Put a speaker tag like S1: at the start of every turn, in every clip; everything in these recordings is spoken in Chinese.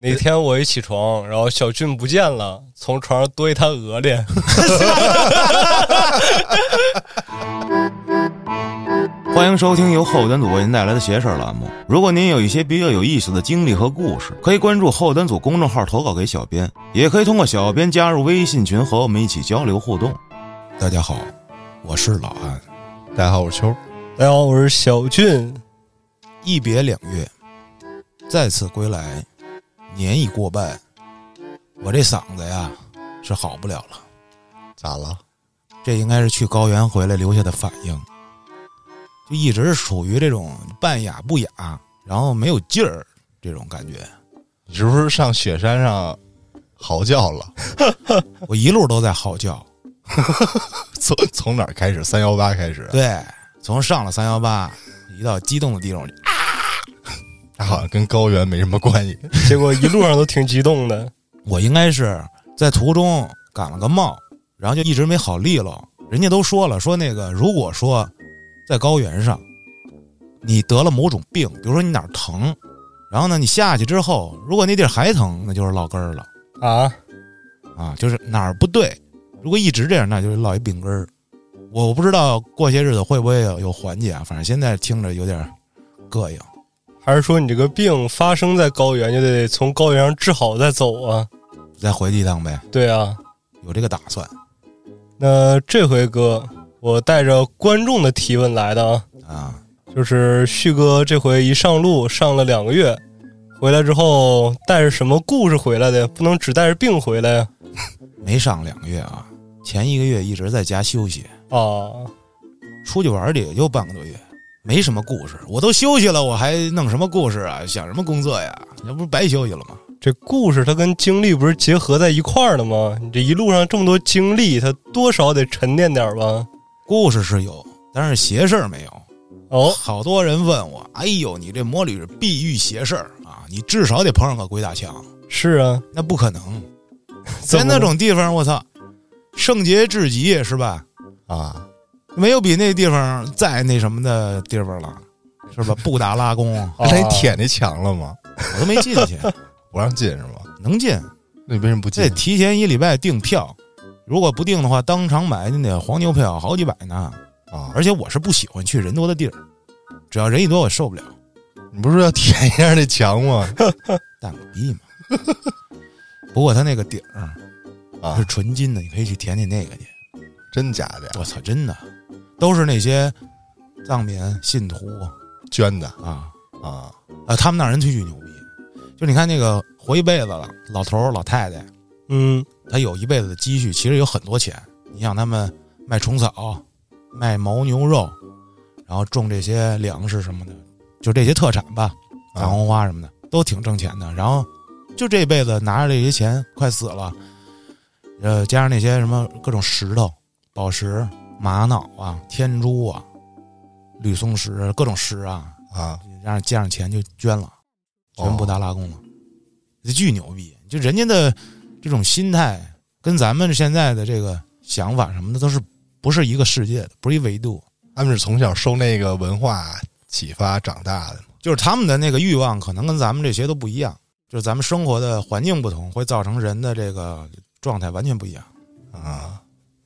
S1: 哪天我一起床，然后小俊不见了，从床上多一滩鹅脸。
S2: 欢迎收听由后端组为您带来的“邪事儿”栏目。如果您有一些比较有意思的经历和故事，可以关注后端组公众号投稿给小编，也可以通过小编加入微信群和我们一起交流互动。
S3: 大家好，我是老安。
S4: 大家好，我是秋儿。
S1: 大家好，我是小俊。
S3: 一别两月，再次归来，年已过半，我这嗓子呀是好不了了。
S4: 咋了？
S3: 这应该是去高原回来留下的反应，就一直是处于这种半哑不哑，然后没有劲儿这种感觉。
S4: 你是不是上雪山上嚎叫了？
S3: 我一路都在嚎叫，
S4: 从从哪儿开始？三幺八开始？
S3: 对，从上了三幺八，一到激动的地方，我就
S4: 它好像跟高原没什么关系。
S1: 结果一路上都挺激动 的，
S3: 我应该是在途中感了个冒，然后就一直没好利落。人家都说了，说那个如果说在高原上你得了某种病，比如说你哪儿疼，然后呢你下去之后，如果那地儿还疼，那就是落根儿了
S1: 啊，
S3: 啊，就是哪儿不对。如果一直这样，那就是落一病根儿。我不知道过些日子会不会有有缓解啊，反正现在听着有点膈应。
S1: 还是说你这个病发生在高原，就得从高原上治好再走啊？
S3: 再回去一趟呗，
S1: 对啊，
S3: 有这个打算
S1: 那这回哥，我带着观众的提问来的啊，
S3: 啊。
S1: 就是旭哥这回一上路上了两个月，回来之后带着什么故事回来的？不能只带着病回来呀！
S3: 没上两个月啊，前一个月一直在家休息，
S1: 啊，
S3: 出去玩儿去也就半个多月，没什么故事。我都休息了，我还弄什么故事啊？想什么工作呀？那不是白休息了吗？
S1: 这故事它跟经历不是结合在一块儿的吗？你这一路上这么多经历，它多少得沉淀点儿吧？
S3: 故事是有，但是邪事儿没有。
S1: 哦，
S3: 好多人问我，哎呦，你这魔女是必遇邪事儿啊！你至少得碰上个鬼打墙，
S1: 是啊，
S3: 那不可能。
S1: 怎
S3: 在
S1: 么
S3: 那种地方，我操，圣洁至极是吧？
S4: 啊，
S3: 没有比那地方再那什么的地方了，是吧？布达拉宫，
S1: 啊
S4: 那你舔那墙了吗？
S3: 我都没进去，
S4: 不让进是吗？
S3: 能进。
S4: 那你为什么不
S3: 这
S4: 进
S3: 得？提前一礼拜订票，如果不订的话，当场买那得黄牛票好几百呢。
S4: 啊，
S3: 而且我是不喜欢去人多的地儿，只要人一多我受不了，
S4: 你不是要舔一下那墙吗？
S3: 蛋个逼嘛。 不过它那个底儿
S4: 啊
S3: 是，纯金的，你可以去舔舔那个去。
S4: 真假的呀？
S3: 我操，真的，都是那些藏民信徒
S4: 捐的
S3: 啊
S4: 啊，
S3: 啊，他们那儿人最牛逼，就你看那个活一辈子了，老头儿老太太，
S1: 嗯，
S3: 他有一辈子的积蓄，其实有很多钱。你想他们卖虫草、卖牦牛肉，然后种这些粮食什么的，就这些特产吧，
S4: 啊
S3: 大红花什么的，都挺挣钱的。然后就这辈子拿着这些钱，快死了，呃，加上那些什么各种石头、宝石、玛瑙啊、天珠啊、绿松石各种石啊，
S4: 啊，
S3: 加上加上钱就捐了，全
S4: 哦
S3: 布达拉宫了，这巨牛逼！就人家的这种心态跟咱们现在的这个想法什么的都是不是一个世界的，不是一维度。
S4: 他们是从小受那个文化启发长大的。
S3: 就是他们的那个欲望可能跟咱们这些都不一样，就是咱们生活的环境不同，会造成人的这个状态完全不一样。
S4: 啊，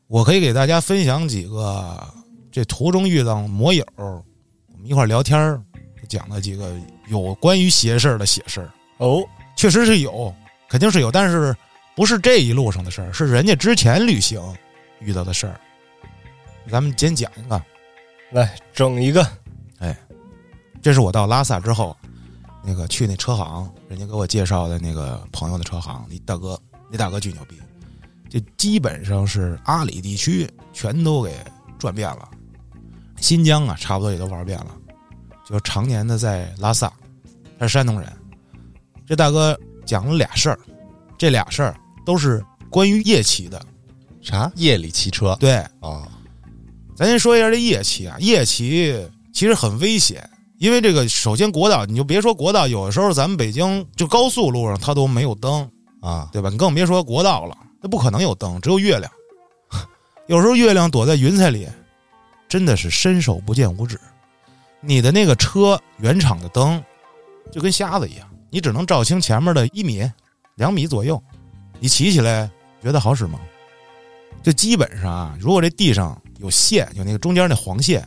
S3: 我可以给大家分享几个这途中遇到魔友，我们一块儿聊天儿讲了几个有关于邪事儿的邪事儿。
S1: 哦，
S3: 确实是有，肯定是有，但是不是这一路上的事儿，是人家之前旅行遇到的事儿。咱们先讲一个，
S1: 来整一个
S3: 这是我到拉萨之后，那个去那车行，人家给我介绍的那个朋友的车行，那大哥，那大哥巨牛逼，这基本上是阿里地区全都给转遍了，新疆啊，差不多也都玩遍了，就常年的在拉萨，他是山东人，这大哥讲了俩事儿，这俩事儿都是关于夜骑的，
S4: 啥？夜里骑车
S3: 对，
S4: 啊？
S3: 咱先说一下这夜骑啊，夜骑其实很危险，因为这个首先国道，你就别说国道，有的时候咱们北京就高速路上它都没有灯，
S4: 啊，
S3: 对吧？你更别说国道了，那不可能有灯，只有月亮。 有时候月亮躲在云彩里，真的是伸手不见五指。你的那个车原厂的灯就跟瞎子一样，你只能照清前面的一米、两米左右。你骑起来觉得好使吗？就基本上啊，如果这地上有线，有那个中间那黄线，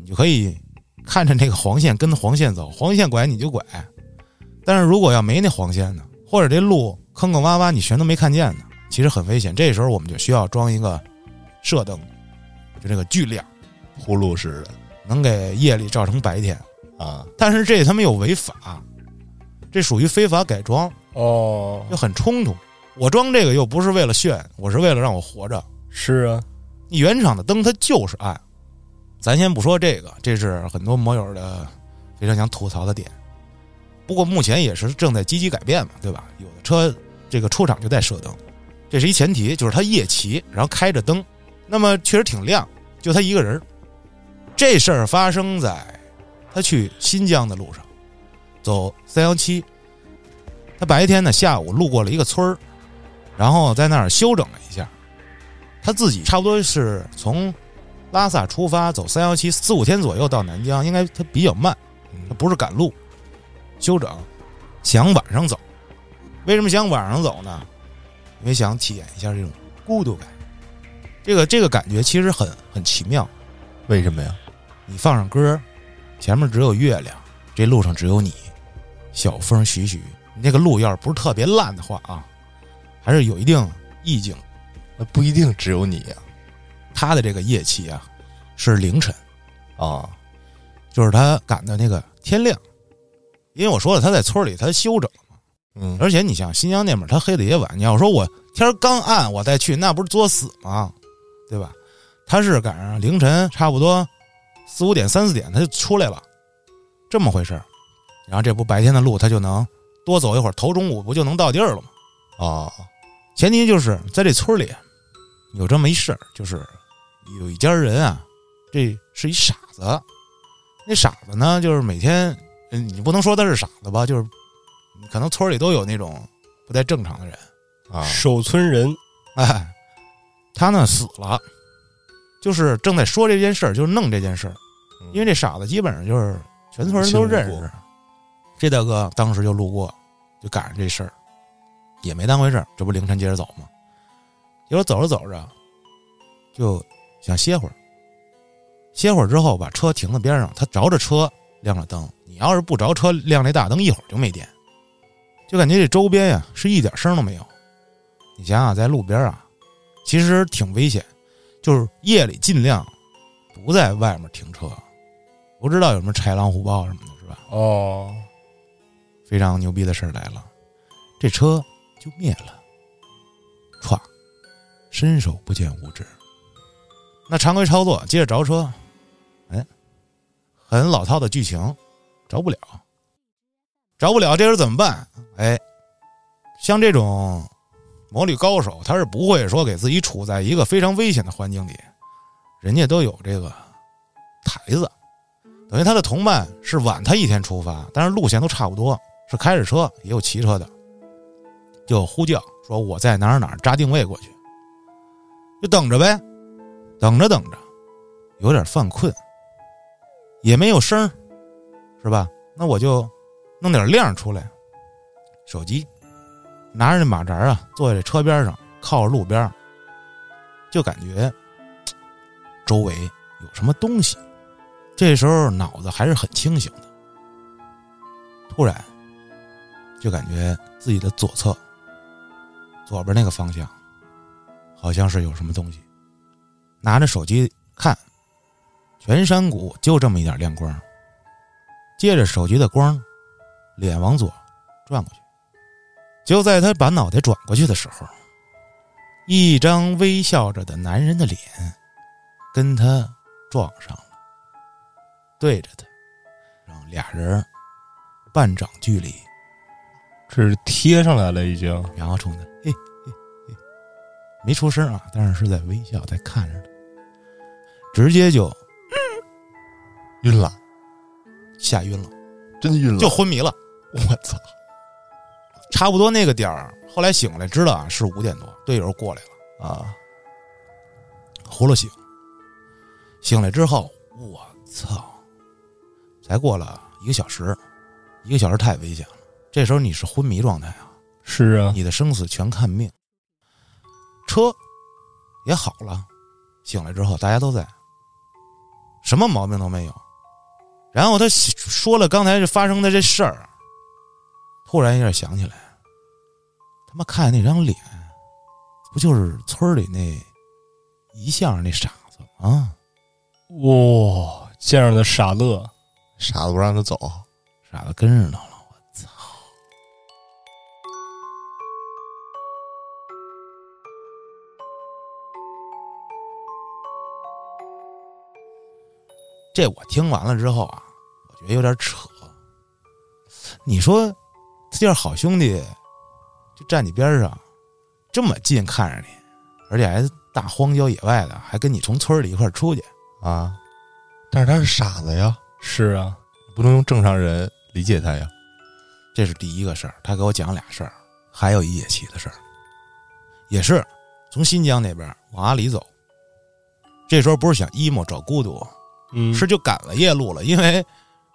S3: 你就可以看着那个黄线跟着黄线走，黄线拐你就拐。但是如果要没那黄线呢，或者这路坑坑洼洼你全都没看见呢，其实很危险。这时候我们就需要装一个射灯，就这个巨亮，
S4: 呼噜似
S3: 能给夜里照成白天。
S4: 的啊，
S3: 但是这他妈有违法，这属于非法改装，
S1: 哦，
S3: 就很冲突。我装这个又不是为了炫，我是为了让我活着。
S1: 是啊，
S3: 你原厂的灯它就是暗，咱先不说这个，这是很多摩友的非常想吐槽的点。不过目前也是正在积极改变嘛，对吧？有的车这个出厂就带射灯，这是一前提，就是它夜骑，然后开着灯，那么确实挺亮，就他一个人儿。这事儿发生在他去新疆的路上，走三幺七，他白天呢下午路过了一个村儿，然后在那儿休整了一下，他自己差不多是从拉萨出发，走三幺七四五天左右到南疆，应该他比较慢，他不是赶路，休整，想晚上走。为什么想晚上走呢？因为想体验一下这种孤独感。这个这个感觉其实很很奇妙。
S4: 为什么呀？
S3: 你放上歌，前面只有月亮，这路上只有你，小风徐徐。你那个路要是不是特别烂的话啊，还是有一定意境。
S4: 那不一定只有你呀
S3: 他的这个夜骑啊，是凌晨。
S4: 啊，
S3: 就是他赶的那个天亮，因为我说了他在村里他休整，
S4: 嗯，
S3: 而且你像新疆那边儿他黑的也晚，你要说我天儿刚暗我再去，那不是作死吗？对吧？他是赶上凌晨差不多四五点三四点他就出来了，这么回事儿。然后这不白天的路他就能多走一会儿，头中午不就能到地儿了吗？
S4: 啊，
S3: 前提就是在这村里有这么一事儿，就是有一家人啊，这是一傻子。那傻子呢，就是每天，嗯，你不能说他是傻子吧，就是可能村里都有那种不太正常的人。
S4: 啊，
S1: 守村人
S3: 哎，他呢死了，就是正在说这件事儿，就是弄这件事儿。因为这傻子基本上就是全村人都认
S4: 无亲无故
S3: 识。这大哥当时就路过，就赶上这事儿，也没当回事儿。这不凌晨接着走吗？结果走着走着，就想歇会儿。歇会儿之后，把车停在边上，他着着车亮了灯。你要是不着车亮那大灯，一会儿就没电。就感觉这周边呀、是一点声都没有。你想想，在路边啊，其实挺危险，就是夜里尽量不在外面停车。不知道有什么豺狼虎豹什么的，是吧？
S1: 哦，
S3: 非常牛逼的事儿来了，这车就灭了，歘，伸手不见五指。那常规操作，接着着车，哎，很老套的剧情，着不了，着不了，这人怎么办？哎，像这种魔力高手，他是不会说给自己处在一个非常危险的环境里，人家都有这个台子，等于他的同伴是晚他一天出发，但是路线都差不多，是开着车也有骑车的，就呼叫说我在哪儿哪儿扎定位过去，就等着呗，等着等着，有点犯困，也没有声儿，是吧？那我就弄点亮出来，手机拿着这马扎啊，坐在这车边上，靠着路边儿，就感觉嘖周围有什么东西。这时候脑子还是很清醒的，突然就感觉自己的左侧，左边那个方向，好像是有什么东西。拿着手机看，全山谷就这么一点亮光。借着手机的光，脸往左转过去。就在他把脑袋转过去的时候，一张微笑着的男人的脸跟他撞上了。对着他，然后俩人半掌距离，
S1: 这是贴上来了已经。
S3: 然后冲他，嘿嘿嘿，没出声啊，但是是在微笑，在看着他，直接就
S4: 晕了，
S3: 吓晕了，
S4: 真晕了，
S3: 就昏迷了。
S4: 我操，
S3: 差不多那个点儿，后来醒过来知道啊是五点多，队友过来了啊，葫芦醒，醒来之后，我操，才过了一个小时，一个小时太危险了，这时候你是昏迷状态啊，
S1: 是啊，
S3: 你的生死全看命。车也好了，醒来之后大家都在，什么毛病都没有。然后他说了刚才这发生的这事儿，突然一下想起来，他妈看那张脸，不就是村里那一向那傻子吗？
S1: 哇、这样哦的傻乐，
S4: 傻子不让他走，
S3: 傻子跟上他了，我操！这我听完了之后啊，我觉得有点扯。你说，他就是好兄弟，就站你边上，这么近看着你，而且还大荒郊野外的，还跟你从村里一块儿出去，
S4: 啊！但是他是傻子呀，
S1: 是啊，
S4: 不能用正常人理解他呀。
S3: 这是第一个事儿，他给我讲俩事儿，还有一野骑的事儿，也是从新疆那边往阿里走。这时候不是想 emo 找孤独，
S1: 嗯，
S3: 是就赶了夜路了，因为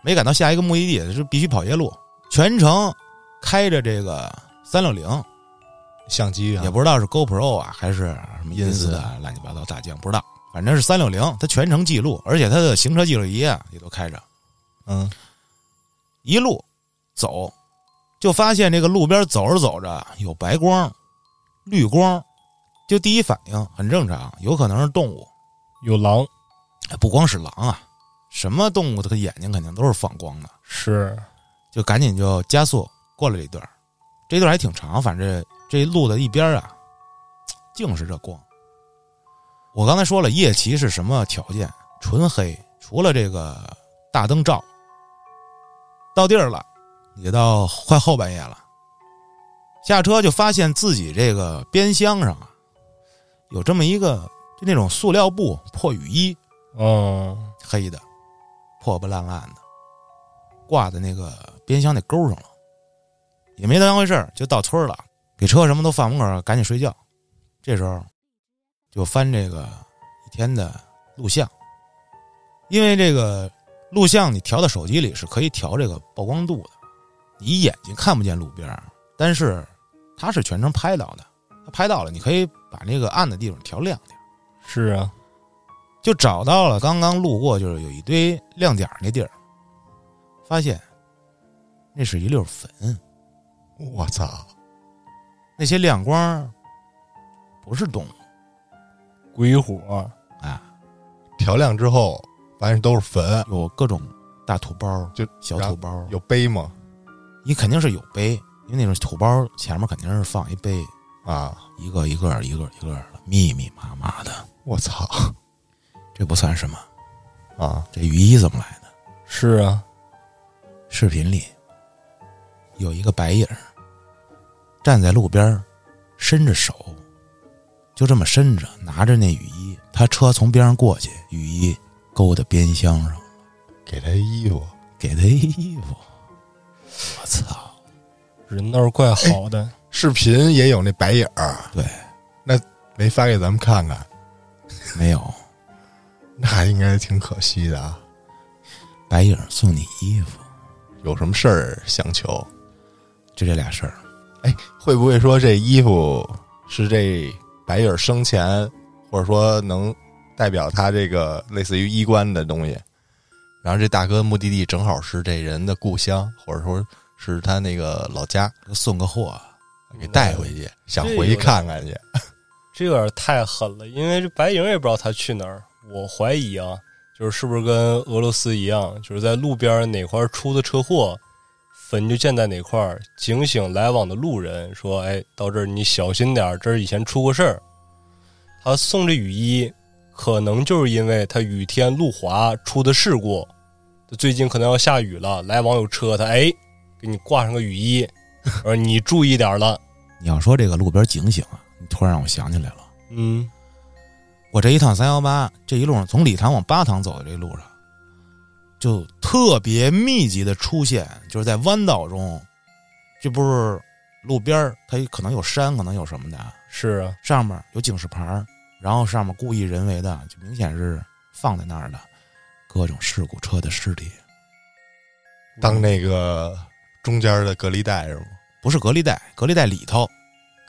S3: 没赶到下一个目的地，就必须跑夜路。全程开着这个三六零，
S4: 相机
S3: 也不知道是 GoPro 啊还是什么
S4: 隐
S3: 音
S4: 私
S3: 斯的乱七八糟大疆，不知道，反正是三六零，它全程记录，而且它的行车记录仪啊也都开着。
S4: 嗯，
S3: 一路走，就发现这个路边走着走着有白光、绿光，就第一反应很正常，有可能是动物，
S1: 有狼，
S3: 哎不光是狼啊，什么动物的眼睛肯定都是放光的，
S1: 是
S3: 就赶紧就加速过了这段儿，这段儿还挺长，反正这路的一边儿啊，净是这光。我刚才说了，夜骑是什么条件？纯黑，除了这个大灯照。到地儿了，也到快后半夜了，下车就发现自己这个边箱上啊，有这么一个就那种塑料布破雨衣，
S1: 嗯，
S4: 哦
S3: 黑的，破破烂烂的，挂在那个边箱那钩上了，也没当回事儿，就到村儿了，给车什么都放门口儿，赶紧睡觉。这时候就翻这个一天的录像，因为这个录像你调到手机里是可以调这个曝光度的，你眼睛看不见路边儿，但是它是全程拍到的，它拍到了，你可以把那个暗的地方调亮点儿。
S1: 是啊，
S3: 就找到了刚刚路过，就是有一堆亮点儿那地儿，发现那是一溜坟，
S4: 我操，
S3: 那些亮光不是动物
S1: 鬼火，
S3: 啊，
S4: 调亮之后发现都是坟，
S3: 有各种大土包、
S4: 就
S3: 小土包，
S4: 有碑吗？
S3: 你肯定是有碑，因为那种土包前面肯定是放一碑，
S4: 啊，
S3: 一个一个一个一个的，密密麻麻的，
S4: 我操
S3: 这不算什么。
S4: 啊！
S3: 这雨衣怎么来的？
S1: 是啊，
S3: 视频里有一个白影儿站在路边儿，伸着手，就这么伸着，拿着那雨衣。他车从边上过去，雨衣勾在边箱上，
S4: 给他衣服，
S3: 给他衣服。我操！
S1: 人倒是怪好的，
S4: 视频也有那白影儿，
S3: 对，
S4: 没发给咱们看看，
S3: 没有
S4: 那应该挺可惜的啊。
S3: 白影儿送你衣服，
S4: 有什么事儿想求？
S3: 就这俩事儿。
S4: 会不会说这衣服是这白影儿生前，或者说能代表他这个类似于衣冠的东西？然后这大哥目的地正好是这人的故乡，或者说是他那个老家，
S3: 送个货，
S4: 给带回去，
S3: 嗯
S4: 想回去看看去。
S1: 这有点太狠了，因为这白影也不知道他去哪儿，我怀疑啊，就是是不是跟俄罗斯一样，就是在路边哪块儿出的车祸，坟就建在哪块儿，警醒来往的路人说：“哎，到这儿你小心点儿，这儿以前出过事儿。”他送这雨衣，可能就是因为他雨天路滑出的事故，最近可能要下雨了，来往有车，他哎给你挂上个雨衣，我说你注意点儿了，
S3: 你要说这个路边警醒啊，你突然让我想起来了。
S1: 嗯，
S3: 我这一趟三幺八，这一路上从礼堂往八堂走的这路上，就特别密集的出现，就是在弯道中，这不是路边儿它可能有山，可能有什么的，
S1: 是啊，
S3: 上面有警示牌儿，然后上面故意人为的，就明显是放在那儿的各种事故车的尸体。
S4: 当那个中间的隔离带是吗？
S3: 不是隔离带，隔离带里头。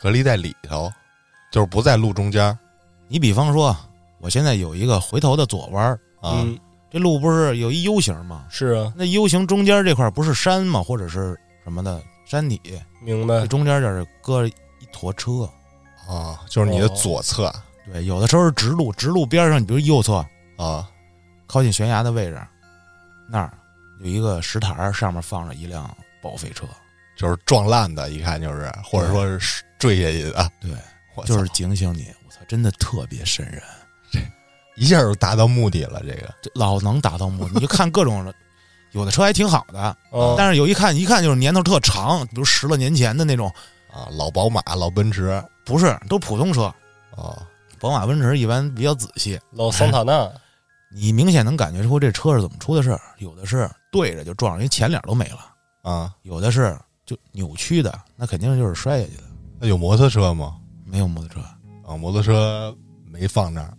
S4: 隔离带里头，就是不在路中间儿
S3: 你比方说，我现在有一个回头的左弯儿，
S4: 啊。
S1: 嗯，
S3: 这路不是有一 U 型吗？
S1: 是啊，
S3: 那 U 型中间这块不是山吗？或者是什么的山体？
S1: 明
S3: 这
S1: 白。
S3: 中间就是搁一坨车。
S4: 啊，就是你的左侧
S3: 对，有的时候是直路，直路边上，你比如右侧
S4: 啊，
S3: 靠近悬崖的位置，那儿有一个石台儿，上面放着一辆报废车，
S4: 就是撞烂的，一看就是，或者说是坠下去的。啊
S3: 对
S4: 我操，
S3: 就是警醒你，我操，真的特别瘆人，
S4: 一下就达到目的了。这个
S3: 这老能打到目，你就看各种，
S4: 哦
S3: 有的车还挺好的，
S1: 哦，
S3: 但是有一看一看就是年头特长，比如十来年前的那种，
S4: 啊，老宝马、老奔驰
S3: 不是，都普通车，
S4: 啊，
S3: 宝马、奔驰一般比较仔细，
S1: 老桑塔 纳，
S3: 你明显能感觉出这车是怎么出的事儿，有的是对着就撞上，人前脸都没了。
S4: 啊，
S3: 有的是就扭曲的，那肯定就是摔下去的。
S4: 那有摩托车吗？
S3: 没有摩托车，
S4: 啊，摩托车没放那儿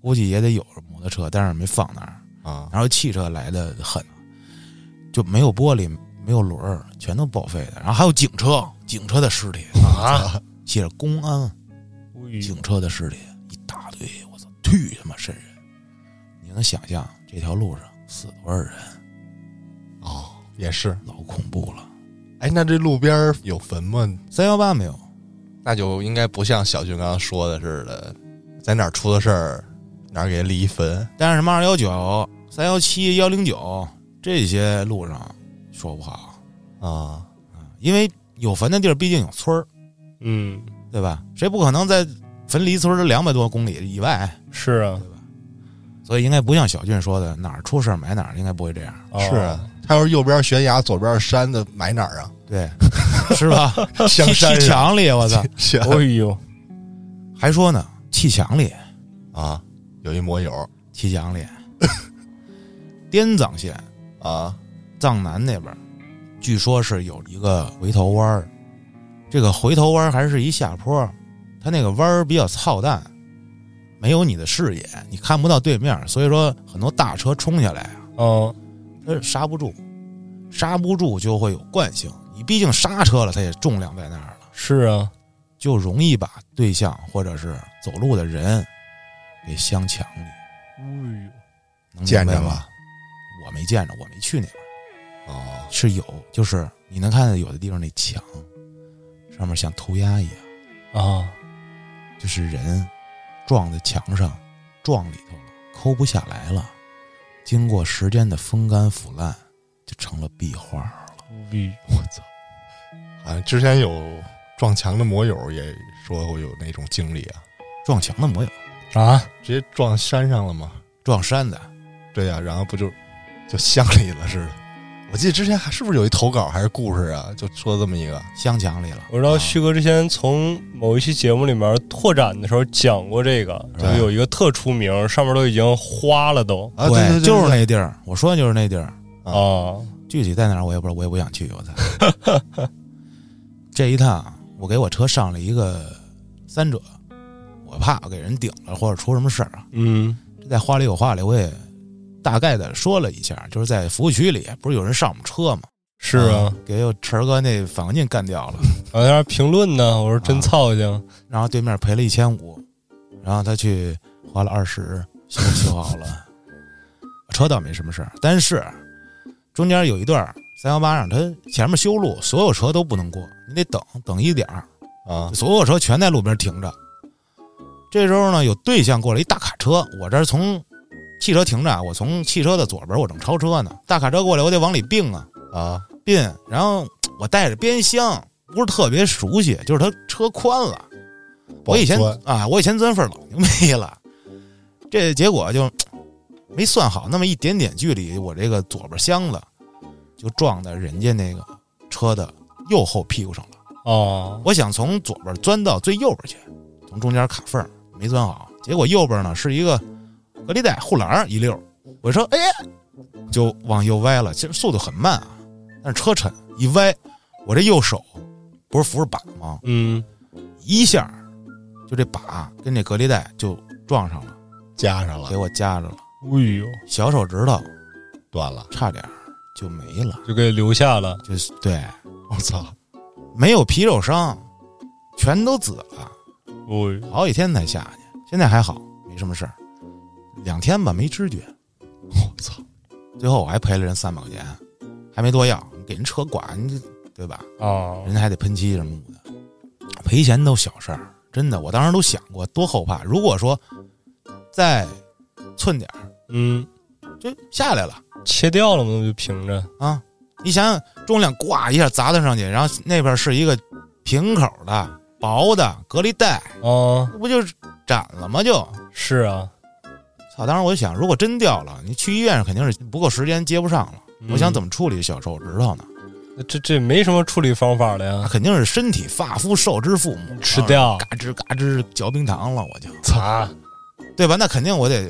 S3: 估计也得有摩托车，但是没放那儿。
S4: 啊，
S3: 然后汽车来的狠，就没有玻璃，没有轮儿，全都报废的。然后还有警车，警车的尸体啊， 写着公安
S1: 哎呦
S3: 警车的尸体一大堆，我操，巨他妈瘆人！你能想象这条路上死多少人？
S4: 哦，也是。
S3: 老恐怖了。
S4: 哎，那这路边儿有坟吗？
S3: 三幺八没有，
S4: 那就应该不像小俊刚刚说的似的，在哪儿出的事儿，哪儿给立一坟
S3: 但是什么二幺九、三幺七、幺零九这些路上说不好。
S4: 啊。
S3: 因为有坟的地儿毕竟有村儿，
S1: 嗯，
S3: 对吧？谁不可能在坟离村儿两百多公里以外，
S1: 是啊，
S3: 所以应该不像小俊说的哪儿出事儿埋哪儿，应该不会这样，
S1: 哦
S4: 是 啊，，他要是右边悬崖，左边山的，买哪儿啊？
S3: 对，是吧？
S4: 香
S3: 砌
S4: 山
S3: 砌
S4: 上
S3: 墙里，我操！
S4: 是
S1: 哎呦，
S3: 还说呢，砌墙里，
S4: 啊，有一摩友
S3: 砌墙里，滇藏县
S4: 啊，
S3: 藏南那边儿，据说是有一个回头弯儿，这个回头弯儿还是一下坡儿，它那个弯儿比较操蛋，没有你的视野，你看不到对面儿，所以说很多大车冲下来啊，
S1: 哦，
S3: 它刹不住，刹不住就会有惯性，你毕竟刹车了，它也重量在那儿了，
S1: 是啊，
S3: 就容易把对象或者是走路的人给镶墙里，
S1: 哎呦，
S3: 嗯能明白
S4: 见着
S3: 吗
S4: 了？
S3: 我没见着，我没去那边儿。
S4: 哦，
S3: 是有，就是你能看到有的地方那墙上面像涂鸦一样，
S1: 啊，
S3: 就是人撞在墙上，撞里头了，抠不下来了，经过时间的风干腐烂，就成了壁画了。
S1: 哎
S4: 我操！好像啊之前有撞墙的摩友也说过有那种经历啊，
S3: 撞墙的模样，
S1: 呦啊，
S4: 直接撞山上了吗？
S3: 撞山的，
S4: 对呀、然后不就就乡里了似的。我记得之前还是不是有一投稿还是故事啊，就说这么一个
S3: 镶墙里了。
S1: 我知道旭哥之前从某一期节目里面拓展的时候讲过这个，就
S4: 对
S1: 有一个特出名，上面都已经花了都
S4: 啊，对对对
S3: 就是
S4: 对
S3: 那地儿，我说的就是那地儿，
S1: 啊，
S3: 具体在哪儿我也不知道，我也不想去。我操！这一趟啊我给我车上了一个三者，我怕我给人顶了或者出什么事儿啊。
S1: 嗯，
S3: 在话里有话里，我也大概的说了一下，就是在服务区里，不是有人上我们车吗？嗯
S1: 是啊，
S3: 给我晨儿哥那反光镜干掉了，
S1: 我在那儿评论呢，我说真操心，
S3: 然后对面赔了一千五，然后他去花了二十修修好了，车倒没什么事儿，但是中间有一段三幺八让他前面修路，所有车都不能过，你得等等一点儿，
S4: 啊
S3: 所有车全在路边停着。这时候呢，有对向过来一大卡车，我这儿从汽车停着啊，我从汽车的左边，我正超车呢，大卡车过来，我得往里并啊，
S4: 啊
S3: 并，然后我带着边箱，不是特别熟悉，就是它车宽了，
S4: 不好
S3: 我以前
S4: 钻
S3: 啊，我以前钻缝儿老牛逼了，这结果就没算好，那么一点点距离，我这个左边箱子就撞在人家那个车的右后屁股上了。
S1: 啊，
S3: 我想从左边钻到最右边去，从中间卡缝儿没钻好，结果右边呢是一个隔离带护栏儿一溜儿，我说哎呀，就往右歪了，其实速度很慢啊，但是车沉，一歪，我这右手不是扶着把吗？
S1: 嗯，
S3: 一下儿就这把跟这隔离带就撞上了，
S4: 加上
S3: 给
S4: 了，
S3: 我夹着了，
S1: 哎呦，
S3: 小手指头
S4: 断了
S3: 差点儿就没了。
S1: 就给留下了。
S3: 就是对，我操，没有皮肉伤，全都紫了，
S1: 我
S3: 好几天才下去，现在还好，没什么事儿，两天吧没知觉，我操，最后我还赔了人三百块钱，还没多要，你给人车管，你这对吧？
S1: 啊
S3: 人家还得喷漆什么的，赔钱都小事儿，真的，我当时都想过，多后怕。如果说再寸点儿，
S1: 嗯，
S3: 就下来了。
S1: 切掉了嘛，就平着。
S3: 啊，你想想重量呱一下砸他上去，然后那边是一个平口的薄的隔离带，
S1: 啊，
S3: 那不就是斩了吗？就
S1: 是啊，
S3: 操！当时我就想，如果真掉了，你去医院肯定是不够时间接不上了。
S1: 嗯
S3: 我想怎么处理小手指头呢？
S1: 那这这没什么处理方法了
S3: 那
S1: 呀，
S3: 肯定是身体发肤受之父母，
S1: 吃掉
S3: 嘎吱嘎吱嚼冰糖了，我就
S1: 擦，
S3: 对吧？那肯定我得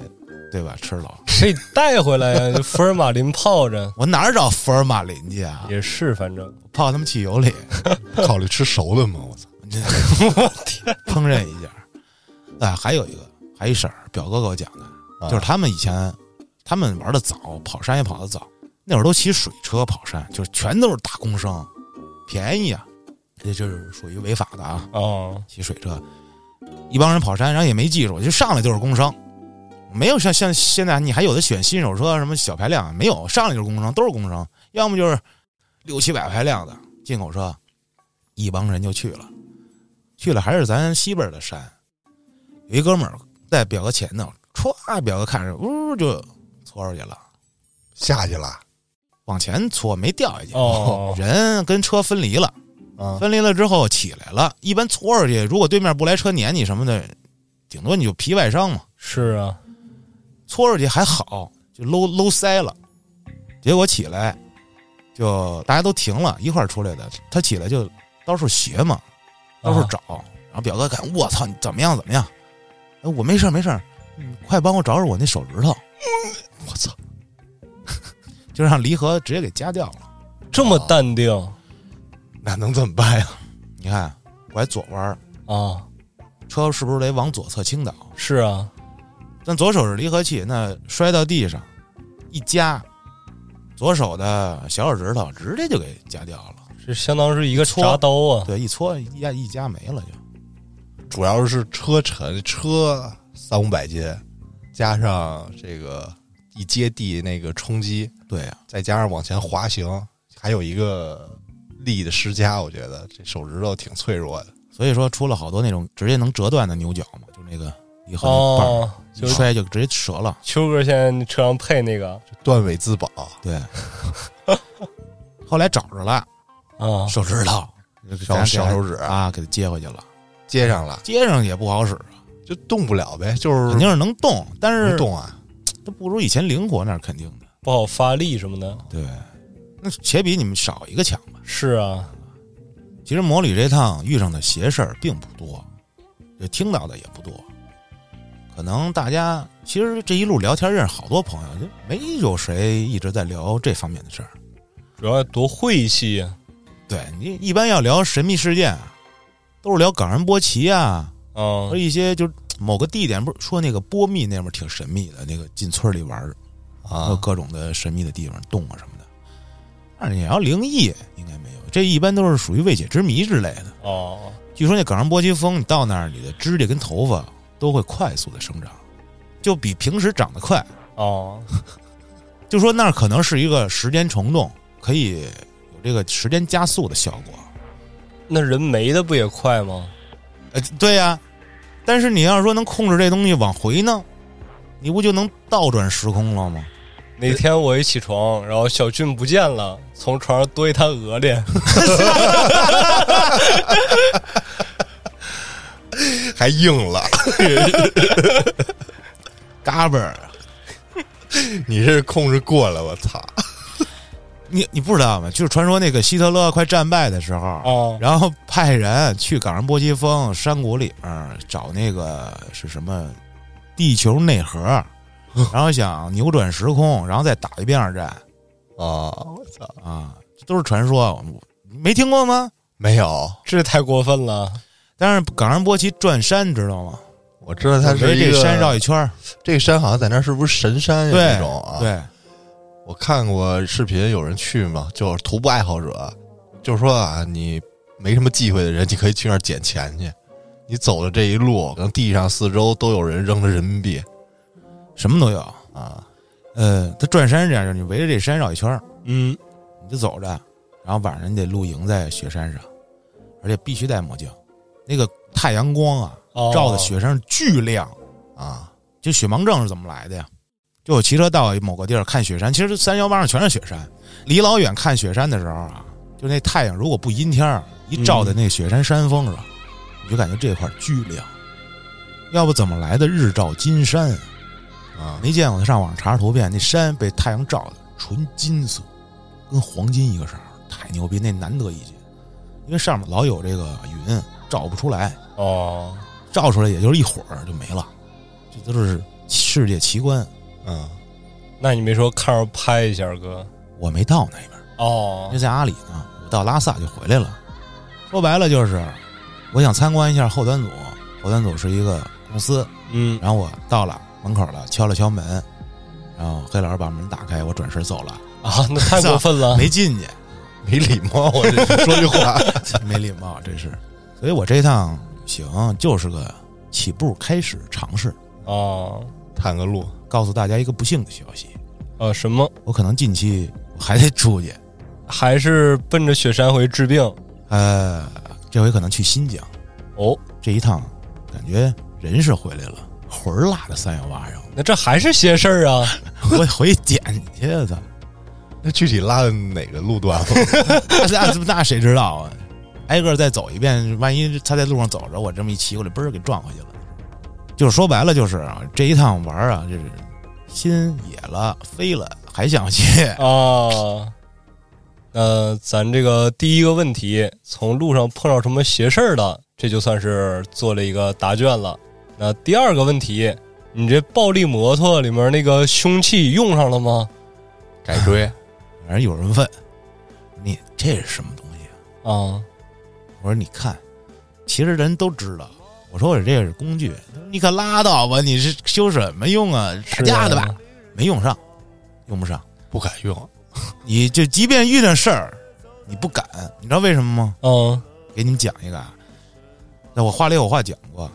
S3: 对吧？吃了，
S1: 这带回来呀， 福尔马林泡着
S3: 我哪儿找福尔马林去啊？
S1: 也是，反正
S3: 泡他妈汽油里，
S4: 考虑吃熟的吗？我操，
S3: 烹饪一下。哎，还有一个，还一婶儿，表哥给我讲的，就
S4: 啊
S3: 是他们以前，他们玩的早，跑山也跑得早，那会儿都骑水车跑山，就是全都是大公升，便宜啊，这就是属于违法的啊，
S1: 啊，
S3: 骑水车，一帮人跑山，然后也没技术，就上来就是工伤，没有像像现在你还有的选新手车什么小排量，没有上来就是工伤，都是工伤，要么就是六七百排量的进口车，一帮人就去了，去了还是咱西边的山，有一哥们儿在表哥前头，歘，表哥看着呜就搓出去了，
S4: 下去了
S3: 往前搓没掉下去，
S1: 哦
S3: 人跟车分离了。
S4: 啊，
S3: 分离了之后起来了，一般搓出去，如果对面不来车撵你什么的，顶多你就皮外伤嘛。
S1: 是啊，
S3: 搓出去还好，就搂搂腮了。结果起来，就大家都停了，一块儿出来的。他起来就到处学嘛，到处
S1: 啊
S3: 找。然后表哥看，我操，你怎么样？怎么样？哎我没事儿没事儿，嗯快帮我找找我那手指头。我操， 就让离合直接给夹掉了。
S1: 这么淡定
S4: 那能怎么办呀？
S3: 你看，拐左弯儿，
S1: 啊，
S3: 车是不是得往左侧倾倒？
S1: 是啊，
S3: 但左手是离合器，那摔到地上一夹，左手的小手指头直接就给夹掉了。
S1: 这相当是一个
S3: 搓
S1: 铡刀啊，
S3: 对，一搓一夹一夹没了就。
S4: 主要是车沉，车三五百斤，加上这个一接地那个冲击，
S3: 对呀、
S4: 再加上往前滑行，还有一个力的施加，我觉得这手指头挺脆弱的。
S3: 所以说出了好多那种直接能折断的牛角嘛，就那个离合那棒儿，
S1: 哦，
S3: 一
S1: 就是
S3: 摔就直接折了。
S1: 秋哥现在车上配那个
S4: 断尾自保，
S3: 对，后来找着了
S1: 啊，
S3: 手指头，
S4: 小小手指
S3: 啊，给它接回去了，
S4: 接上了
S3: 接上也不好使，
S4: 就动不了呗，就是
S3: 肯定是能动，但
S4: 不
S3: 是
S4: 动啊。
S3: 它不如以前灵活，那是肯定的。
S1: 不好发力什么的，
S3: 对，那且比你们少一个强吧。
S1: 是啊，
S3: 其实摩旅这趟遇上的邪事儿并不多，就听到的也不多。可能大家其实这一路聊天认识好多朋友，就没有谁一直在聊这方面的事儿。
S1: 主要多晦气啊，
S3: 对你一般要聊神秘事件啊，都是聊冈仁波齐啊，
S1: 啊
S3: 和一些就是某个地点，不是说那个波密那边挺神秘的，那个进村里玩儿，还有
S4: 啊，
S3: 各种的神秘的地方洞啊什么的。但是你要灵异应该没有，这一般都是属于未解之谜之类的。
S1: 哦，
S3: 据说那冈仁波齐峰，你到那儿，你的指甲跟头发都会快速的生长，就比平时长得快。
S1: 哦，
S3: 就说那儿可能是一个时间虫洞，可以有这个时间加速的效果。
S1: 那人没的不也快吗？
S3: 呃，对呀、但是你要是说能控制这东西往回呢，你不就能倒转时空了吗？
S1: 哪天我一起床，然后小俊不见了，从床上多一滩鹅 脸，
S4: 还硬了。
S3: 嘎嘣儿，啊
S4: 你这控制过了，我操！
S3: 你你不知道吗？就是传说那个希特勒快战败的时候，
S1: 哦
S3: 然后派人去冈仁波齐峰山谷里面儿找那个是什么地球内核，然后想扭转时空，然后再打一遍二战
S4: 啊，我操，
S3: 啊，这都是传说，没听过吗？
S4: 没有，
S1: 这太过分了。
S3: 但是冈仁波齐转山，知道吗？
S4: 我知道它
S3: 围
S4: 是一
S3: 这
S4: 个
S3: 山绕一圈儿，
S4: 这个山好像在那儿是不是神山呀？
S3: 对
S4: 那种啊，，
S3: 对，
S4: 我看过视频，有人去嘛，就是徒步爱好者，就是说啊，你没什么忌讳的人，你可以去那儿捡钱去。你走的这一路，可能地上四周都有人扔着人民币
S3: 什么都有。
S4: 啊，
S3: 呃，它转山是这样，就是你围着这山绕一圈儿，
S1: 嗯，
S3: 你就走着，然后晚上你得露营在雪山上，而且必须戴墨镜。那个太阳光啊，
S1: 哦
S3: 照在雪山上巨亮。
S4: 啊，
S3: 就雪盲症是怎么来的呀？就我骑车到某个地儿看雪山，其实三幺八上全是雪山。离老远看雪山的时候啊，就那太阳如果不阴天儿，一照在那雪山山峰上，你就感觉这块儿巨亮。要不怎么来的日照金山啊？
S4: 啊
S3: 没见过，上网上查查图片，那山被太阳照的纯金色，跟黄金一个色儿，太牛逼，那难得一见。因为上面老有这个云，照不出来，
S1: 哦，
S3: 照出来也就是一会儿就没了，这都是世界奇观。
S4: 嗯，
S1: 那你没说看着拍一下哥？
S3: 我没到那边，因
S1: 哦
S3: 为，在阿里呢，我到拉萨就回来了。说白了就是，我想参观一下后端组，后端组是一个公司，
S1: 嗯，
S3: 然后我到了门口了，敲了敲门，然后黑老师把门打开，我转身走了，
S1: 啊，那太过分 了，
S3: 没进去，
S4: 没礼貌，我这说句话，
S3: 没礼貌，真是。所以我这趟旅行就是个起步开始尝试，
S1: 哦，
S4: 探个路，
S3: 告诉大家一个不幸的消息，
S1: 呃，什么？
S3: 我可能近期我还得出去，
S1: 还是奔着雪山回治病？
S3: 呃，这回可能去新疆。
S1: 哦，
S3: 这一趟感觉人是回来了，魂儿落在三幺八上，
S1: 那这还是些事儿啊？
S3: 我回去捡去的。
S4: 那具体拉的哪个路段了？
S3: 那那那谁知道啊？挨个再走一遍，万一他在路上走着，我这么一骑过来，嘣儿给撞回去了。就是说白了，就是啊，这一趟玩儿啊，就是心野了，飞了，还想去。
S1: 啊，那咱这个第一个问题，从路上碰到什么邪事儿了，这就算是做了一个答卷了。那第二个问题，你这暴力摩托里面那个凶器用上了吗？
S4: 改锥，
S3: 反正有人问你这是什么东西啊、
S1: 啊，
S3: 我说你看，其实人都知道。我说我这个是工具，你可拉倒吧，你是修什么用啊？打
S1: 是
S3: 架的吧？？没用上，用不上。
S4: 不敢用，
S3: 你就即便遇上事儿，你不敢，你知道为什么吗？
S1: 嗯，
S3: 给你们讲一个啊，那我话里有话讲过，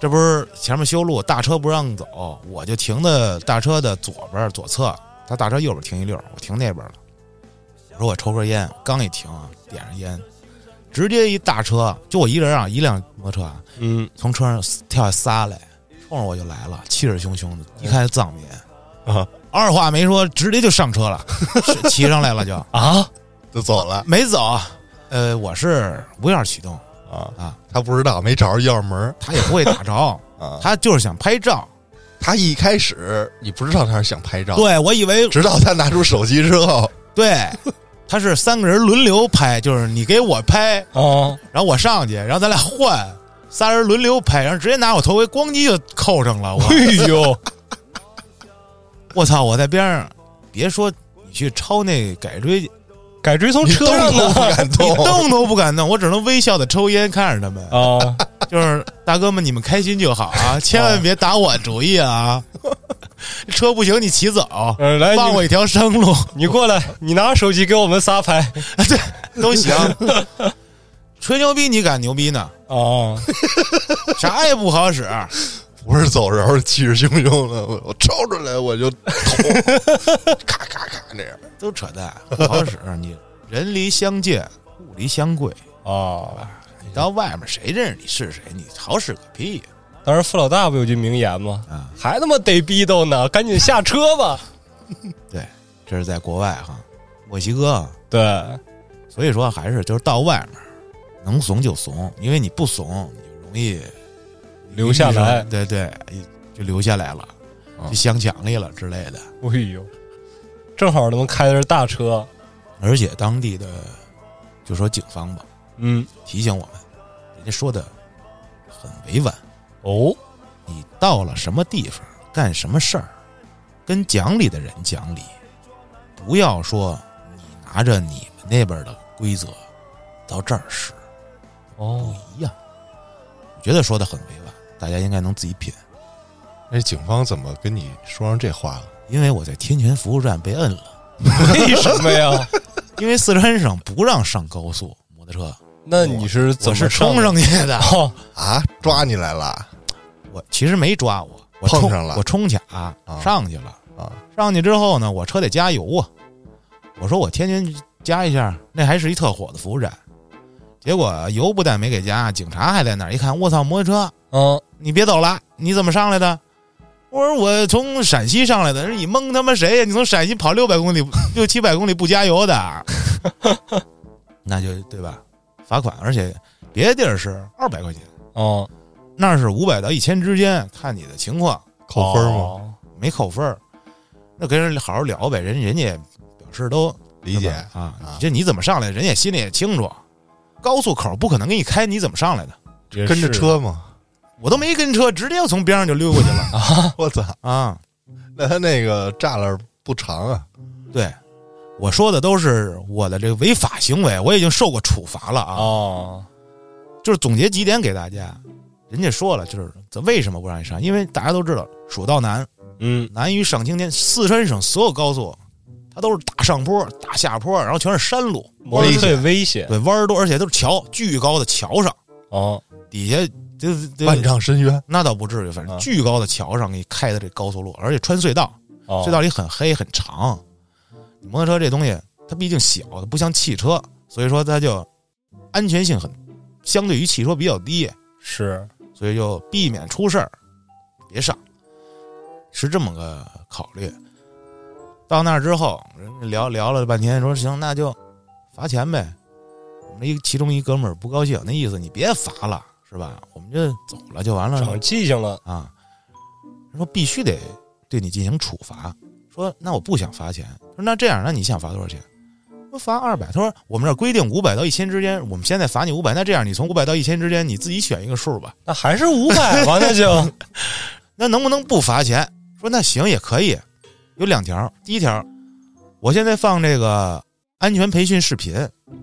S3: 这不是前面修路，大车不让走，我就停在大车的左边左侧，他大车右边停一溜儿，我停那边了。我说我抽根烟，刚一停啊，点上烟，直接一大车，就我一人啊，一辆摩托车啊，
S1: 嗯，
S3: 从车上跳下仨来，冲着我就来了，气势汹汹的，一看是藏民
S4: 啊，
S3: 二话没说，直接就上车了，是骑上来了就
S1: 啊，
S4: 就走了
S3: 没走。呃，我是无钥匙启动，
S4: 啊
S3: 啊！
S4: 他不知道，没找着钥匙门
S3: 他也不会打 着，
S4: 啊。
S3: 他就是想拍照。
S4: 他一开始你不知道他是想拍照，
S3: 对我以为
S4: 直到他拿出手机之后，
S3: 对， 他是三个人轮流拍，就是你给我拍，
S1: 啊，
S3: 然后我上去，然后咱俩换，仨人轮流拍，然后直接拿我头盔咣叽就扣上了。我
S1: 哎呦，
S3: 我操！我在边上，别说你去抄那改锥 去，
S1: 改锥从车上
S4: 你动都 不
S1: 呢
S4: 敢
S3: 你
S4: 动，
S3: 动都不敢动，我只能微笑的抽烟看着他们。
S1: 啊，
S3: 就是大哥们，你们开心就好 啊，千万别打我主意 啊！车不行，哎你骑走，
S1: 呃来，
S3: 放我
S1: 你
S3: 一条生路
S1: 你过来，你拿手机给我们仨拍
S3: 都行。吹牛逼你敢牛逼呢？
S1: 啊，
S3: 啥也不好使，
S4: 不是走着，而是气势汹汹的，我我抽出来我就捅，咔咔咔那样。
S3: 都扯淡，不好使。你人离相见，物离相贵。
S1: 啊，
S3: 你到外面谁认识你是谁？你好使个屁呀！
S1: 当时傅老大不有句名言吗？
S3: 啊
S1: 还他妈逮逼斗呢，赶紧下车吧。
S3: 对，这是在国外哈，墨西哥。
S1: 对，
S3: 所以说还是就是到外面能怂就怂，因为你不怂你就容易
S1: 留下来哦
S3: 对对，就留下来了，就镶墙里了之类的。
S1: 哎呦，正好他们开的是大车，
S3: 而且当地的就说警方吧，
S1: 嗯，
S3: 提醒我们，人家说的很委婉，
S1: 哦，
S3: 你到了什么地方干什么事儿，跟讲理的人讲理，不要说你拿着你们那边的规则到这儿使不
S1: 哦，
S3: 一样。我觉得说的很委婉，大家应该能自己品。
S4: 哎那警方怎么跟你说上这话了？
S3: 因为我在天泉服务站被摁了，
S1: 为什么呀？
S3: 因为四川省不让上高速摩托车，
S1: 那你是怎
S3: 我
S1: 么
S3: 是
S1: 上
S3: 冲
S1: 的？
S3: 上去的。
S1: 哦，
S4: 啊，抓你来了
S3: 我其实没抓我，我冲
S4: 碰上了
S3: 我冲卡、上去了。
S4: 啊！
S3: 上去之后呢，我车得加油啊。我说我天天加一下，那还是一特火的服务站。结果油不但没给加，警察还在那儿。一看，我操，摩托车！
S1: 嗯，
S3: 你别走了，你怎么上来的？我说我从陕西上来的。人你蒙他妈谁呀？你从陕西跑六百公里、 六七百公里不加油的， 那就对吧？罚款，而且别的地儿是二百块钱，
S1: 哦，
S3: 那儿是五百到一千之间，看你的情况。
S4: 扣分吗？
S1: 吗？
S3: 没扣分儿，那跟人好好聊呗，人人家也表示都
S4: 理
S3: 对
S4: 解
S3: 吧啊
S4: 啊，
S3: 这你怎么上来，人家心里也清楚。高速口不可能给你开，你怎么上来的？
S1: 也
S4: 跟
S1: 是
S4: 着车吗？
S3: 我都没跟车，直接从边上就溜过去了
S4: 我操！
S3: 啊！
S4: 那他那个栅栏不长啊，
S3: 对，我说的都是我的这个违法行为，我已经受过处罚了啊。
S1: 哦，
S3: 就是总结几点给大家，人家说了，就是为什么不让你上，因为大家都知道蜀道难，
S1: 嗯，
S3: 难于上青天。四川省所有高速，它都是大上坡、大下坡，然后全是山路，
S1: 摩托车也危险
S3: 对，弯儿多，而且都是桥，巨高的桥上，
S1: 哦，
S3: 底下就就
S4: 万丈深渊。
S3: 那倒不至于，反正
S4: 啊
S3: 巨高的桥上给你开的这高速路，而且穿隧道，
S1: 哦
S3: 隧道里很黑很长。摩托车这东西它毕竟小，它不像汽车，所以说它就安全性很相对于汽车比较低，
S1: 是
S3: 所以就避免出事儿，别上，是这么个考虑。到那儿之后，人家聊聊了半天，说行，那就罚钱呗。我们一其中一哥们儿不高兴，那意思你别罚了，是吧？我们就走了就完了
S1: 长记性了，
S3: 啊。他说必须得对你进行处罚。说那我不想罚钱。说那这样，那你想罚多少钱？说罚二百。他说我们这儿规定五百到一千之间，我们现在罚你五百。那这样，你从五百到一千之间，你自己选一个数吧。
S1: 那还是五百吧，那就
S3: 那能不能不罚钱？说那行也可以，有两条。第一条，我现在放这个安全培训视频，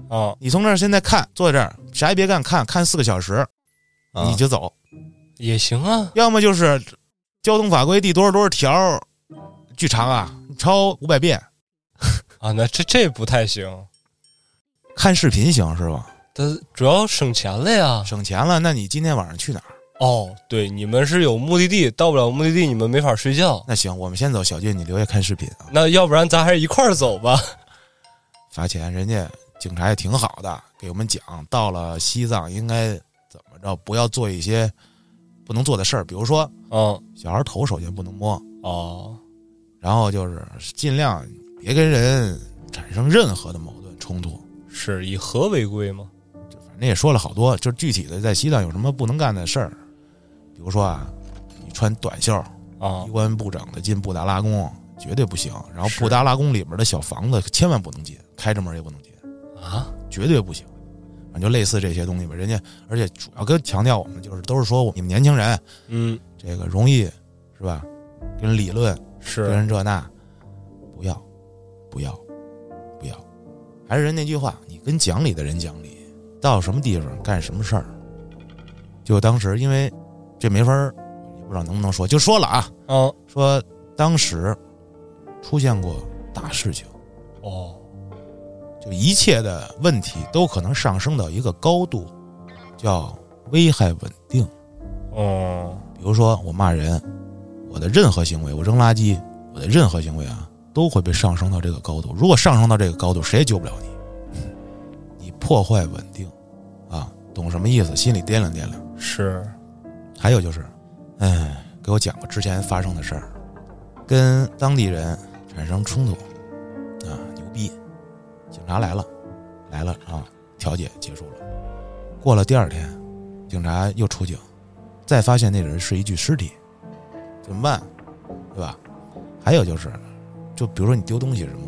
S1: 啊，
S3: 你从这儿现在看，坐在这儿啥也别干，看看四个小时，
S4: 啊
S3: 你就走。
S1: 也行啊，
S3: 要么就是交通法规第多少多少条，巨长啊，超五百遍。
S1: 啊，那这这不太行，
S3: 看视频行是吧？
S1: 它主要省钱了呀。
S3: 省钱了，那你今天晚上去哪儿？
S1: 哦，对，你们是有目的地，到不了目的地你们没法睡觉。
S3: 那行，我们先走，小俊你留下看视频啊。
S1: 那要不然咱还是一块儿走吧？
S3: 罚钱，人家警察也挺好的，给我们讲到了西藏应该怎么着，不要做一些不能做的事儿，比如说
S1: 嗯，
S3: 小孩头首先不能摸，
S1: 哦，
S3: 然后就是尽量别跟人产生任何的矛盾冲突。
S1: 是以和为贵嘛？
S3: 就反正也说了好多，就是具体的在西藏有什么不能干的事儿，比如说啊，你穿短袖，
S1: 啊
S3: 衣，冠不整的进布达拉宫绝对不行，然后
S1: 是
S3: 布达拉宫里边的小房子千万不能进，开着门也不能进。
S1: 啊，
S3: 绝对不行。反正就类似这些东西吧，人家而且主要跟强调我们就是都是说你们年轻人
S1: 嗯，
S3: 这个容易是吧？跟理论
S1: 是
S3: 跟人这那，不要，不要，不要，还是人那句话，你跟讲理的人讲理，到什么地方干什么事儿。就当时因为这没法儿，也不知道能不能说，就说了啊，
S1: 嗯，
S3: 说当时出现过大事情。
S1: 哦，
S3: 就一切的问题都可能上升到一个高度，叫危害稳定。
S1: 嗯，
S3: 比如说我骂人，我的任何行为，我扔垃圾，我的任何行为啊，都会被上升到这个高度。如果上升到这个高度，谁也救不了你，你破坏稳定，啊，懂什么意思？心里掂量掂量。
S1: 是
S3: 还有就是，哎，给我讲个之前发生的事儿，跟当地人产生冲突，啊，牛逼，警察来了，来了啊，调解结束了。过了第二天，警察又出警，再发现那人是一具尸体，怎么办？对吧？还有就是，就比如说你丢东西什么，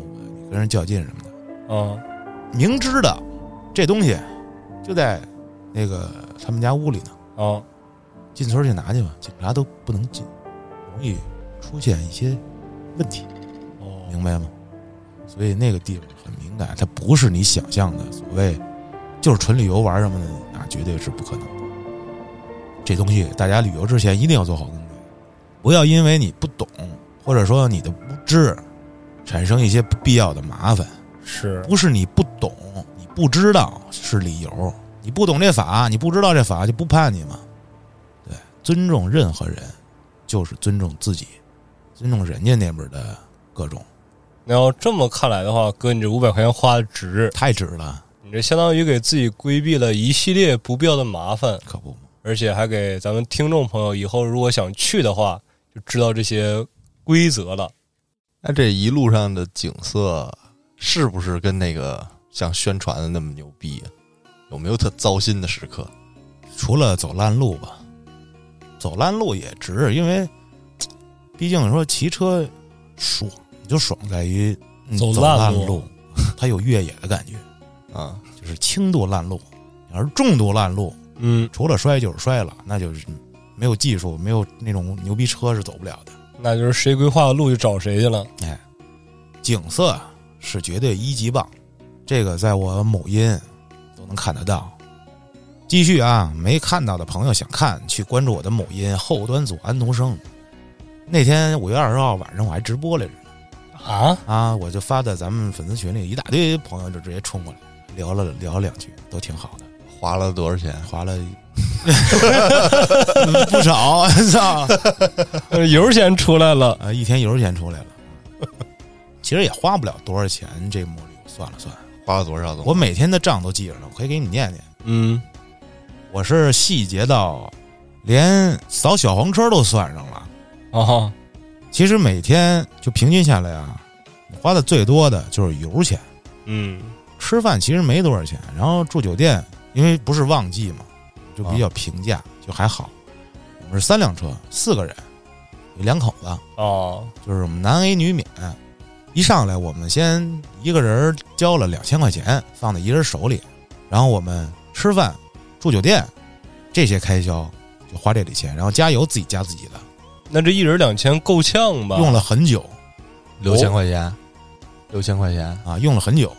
S3: 你跟人较劲什么的，
S1: 嗯，
S3: 明知道这东西就在那个他们家屋里呢。
S1: 哦，
S3: 进村儿去拿去吧，警察都不能进，容易出现一些问题，
S1: 哦，
S3: 明白吗？所以那个地方很敏感，它不是你想象的所谓就是纯旅游玩什么的，那绝对是不可能的。这东西大家旅游之前一定要做好攻略，不要因为你不懂或者说你的无知，产生一些不必要的麻烦。
S1: 是
S3: 不是你不懂，你不知道是理由。你不懂这法，你不知道这法就不判你嘛。对，尊重任何人，就是尊重自己，尊重人家那边的各种，
S1: 那要这么看来的话，哥，你这五百块钱花的值，
S3: 太值了，
S1: 你这相当于给自己规避了一系列不必要的麻烦，
S3: 可不嘛。
S1: 而且还给咱们听众朋友以后如果想去的话，就知道这些规则了。
S4: 那这一路上的景色是不是跟那个像宣传的那么牛逼啊？有没有特糟心的时刻？
S3: 除了走烂路吧，走烂路也值，因为毕竟说骑车爽，就爽在于、嗯
S1: 走
S3: 走
S1: 烂
S3: 烂
S1: 路
S3: 路，它有越野的感觉，
S4: 啊，
S3: 就是轻度烂路，而重度烂路。
S1: 嗯，
S3: 除了摔就是摔了，那就是没有技术，没有那种牛逼车是走不了的。
S1: 那就是谁规划的路就找谁去了。
S3: 景色啊是绝对一级棒，这个在我某音都能看得到。继续啊，没看到的朋友想看，去关注我的某音后端组安徒生。那天五月二十号晚上我还直播来着
S1: 啊，
S3: 啊，我就发在咱们粉丝群里，一大堆朋友就直接冲过来聊了聊了两句，都挺好的。
S4: 花了多少钱？
S3: 花了不少，操！
S1: 呃油钱出来了，
S3: 呃，一天油钱出来了，其实也花不了多少钱。这墨绿，我算了算，
S4: 花了多少东西？
S3: 我每天的账都记着呢，我可以给你念念。
S1: 嗯，
S3: 我是细节到连扫小黄车都算上了。
S1: 啊哈，
S3: 其实每天就平均下来啊，你花的最多的就是油钱，
S1: 嗯，
S3: 吃饭其实没多少钱，然后住酒店，因为不是旺季嘛，就
S4: 啊
S3: 比较平价，就还好。我们是三辆车，四个人，有两口子，
S1: 哦，
S3: 就是我们男 A 女免。一上来，我们先一个人交了两千块钱，放在一人手里，然后我们吃饭、住酒店这些开销就花这笔钱，然后加油自己加自己的，
S1: 那这一人两千够呛吧？
S3: 用了很久
S4: 六千块钱，六千块钱
S3: 啊，用了很久。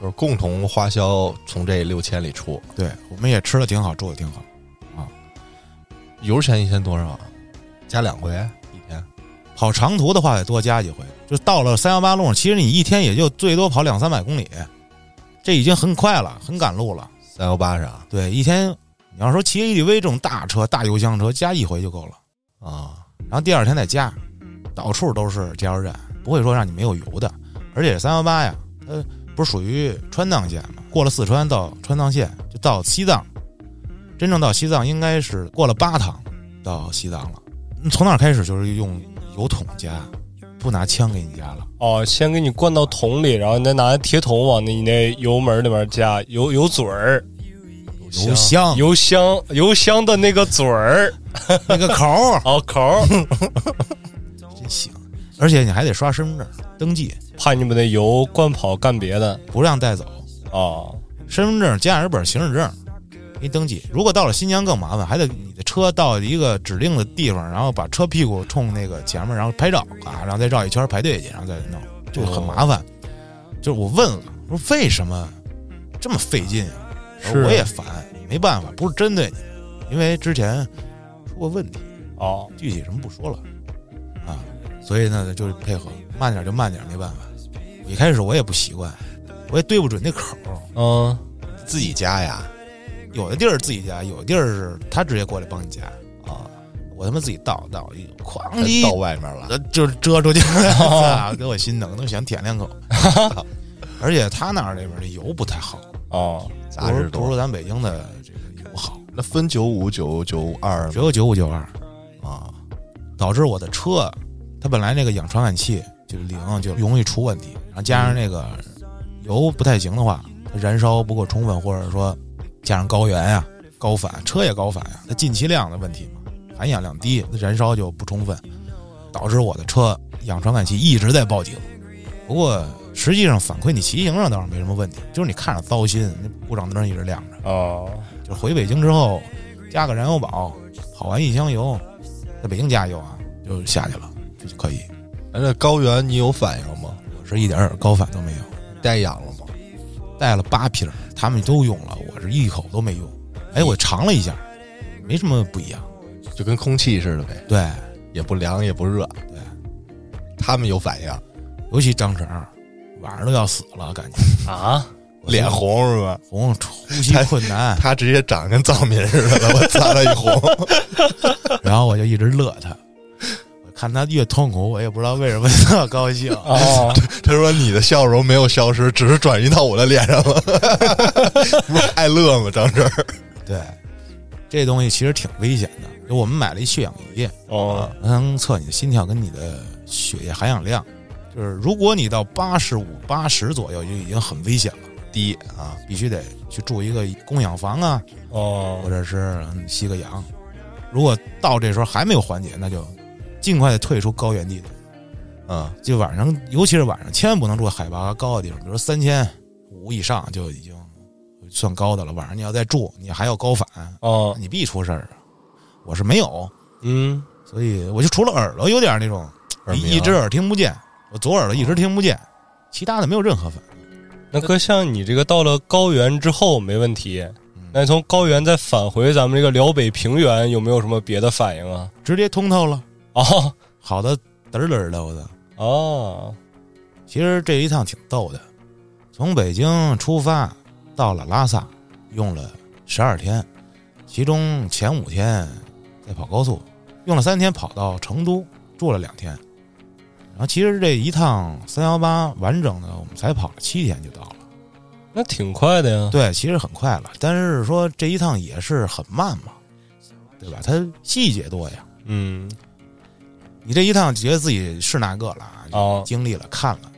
S4: 就是共同花销从这六千里出。
S3: 对，我们也吃的挺好，住的挺好，
S4: 油钱一天多少？啊加两回一天。
S3: 跑长途的话得多加几回。就到了三幺八路上，其实你一天也就最多跑两三百公里，这已经很快了，很赶路了。
S4: 三幺八啥
S3: 对，一天你要说骑 ADV 这种大车、大油箱车，加一回就够了。
S4: 啊？
S3: 然后第二天再加，到处都是加油站，不会说让你没有油的。而且三幺八呀，它不是属于川藏线嘛？过了四川到川藏线就到西藏，真正到西藏应该是过了巴塘到西藏了。嗯从那儿开始就是用油桶加，不拿枪给你加了。
S1: 哦，先给你灌到桶里，然后你再拿铁桶往那你那油门里面加油油嘴儿、
S3: 油箱
S1: 油箱、油箱的那个嘴儿，
S3: 那个口儿
S1: 哦口 儿，
S3: 真行，而且你还得刷身份证登记，
S1: 怕你把那油灌跑干别的
S3: 不让带走。
S1: 哦。
S3: 身份证、驾驶本、行驶证，给你登记。如果到了新疆更麻烦，还得你的车到一个指定的地方，然后把车屁股冲那个前面，然后拍照啊，然后再绕一圈排队去，然后再弄，就很麻烦。就是我问了，我说为什么这么费劲啊？
S1: 是
S3: 我也烦，没办法，不是针对你们，因为之前出过问题，
S1: 哦，
S3: 具体什么不说了啊，所以呢就是配合，慢点就慢点，没办法。一开始我也不习惯，我也对不准那口儿。
S1: 嗯，
S4: 自己加呀？
S3: 有的地儿自己加，有的地儿是他直接过来帮你加，
S4: 啊，
S3: 我他妈自己倒倒，一哐
S4: 那
S3: 叽
S4: 到外面了。
S3: 呃就是遮出去， 操给我心疼，都想舔两口。而且他那儿那边的油不太好，
S1: 哦，
S4: 杂
S3: 不
S4: 志
S3: 如不
S4: 多
S3: 如
S4: 少？
S3: 咱北京的这个油好，
S4: 那分九五九九二
S3: 只有九五九二，
S4: 啊？
S3: 导致我的车，它本来那个氧传感器就零，就容易出问题，然后加上那个油不太行的话，它燃烧不够充分，或者说加上高原呀、高反，车也高反呀、它进气量的问题嘛，含氧量低，它燃烧就不充分，导致我的车氧传感器一直在报警。不过实际上反馈你骑行上倒是没什么问题，就是你看着糟心，那故障灯一直亮着。
S1: 哦，
S3: 就是回北京之后加个燃油宝，跑完一箱油，在北京加油啊，就下去了，这就可以。
S4: 哎那高原你有反应吗？
S3: 我是一点儿高反都没有，
S4: 带氧了吗？
S3: 带了八瓶儿，他们都用了，我是一口都没用。哎，我尝了一下，没什么不一样。
S4: 就跟空气似的呗，
S3: 对，
S4: 也不凉也不热。
S3: 对，
S4: 他们有反应。
S3: 尤其张成晚上都要死了，感觉
S1: 啊，
S4: 脸红是吧？
S3: 红，呼吸困难。
S4: 他直接长得跟藏民似的了，我擦了一红。
S3: 然后我就一直乐他，我看他越痛苦，我也不知道为什么特高兴。
S1: 哦，
S4: 他说你的笑容没有消失，只是转移到我的脸上了。 不是爱乐吗？张志，
S3: 对，这东西其实挺危险的。就我们买了一血氧仪，
S1: 哦，
S3: 它能测你的心跳跟你的血液含氧量。就是如果你到八十五、八十左右就已经很危险了，
S4: 低啊，
S3: 必须得去住一个供氧房啊，或
S1: 哦，
S3: 者是嗯吸个氧。如果到这时候还没有缓解，那就尽快的退出高原地带。
S4: 嗯，
S3: 就晚上，尤其是晚上，千万不能住海拔高的地方，比如三千五以上就已经算高的了。晚上你要再住，你还要高反，
S1: 哦，
S3: 你必出事儿啊！我是没有，
S1: 嗯，
S3: 所以我就除了耳朵有点那种
S4: 耳鸣
S1: 啊
S3: 一一只耳听不见，我左耳朵一直听不见，其他的没有任何反应。
S1: 那哥，像你这个到了高原之后没问题，
S3: 嗯
S1: 那你从高原再返回咱们这个辽北平原，有没有什么别的反应啊？
S3: 直接通透了，
S1: 哦，
S3: 好的嘚儿嘚儿溜的。
S1: 哦，
S3: 其实这一趟挺逗的，从北京出发到了拉萨，用了十二天，其中前五天在跑高速，用了三天跑到成都住了两天，然后其实这一趟三幺八完整的我们才跑了七天就到了。
S1: 那挺快的呀。
S3: 对，其实很快了，但是说这一趟也是很慢嘛，对吧？它细节多呀，
S1: 嗯，
S3: 你这一趟觉得自己是那个了啊，
S1: 哦，
S3: 经历了，看了，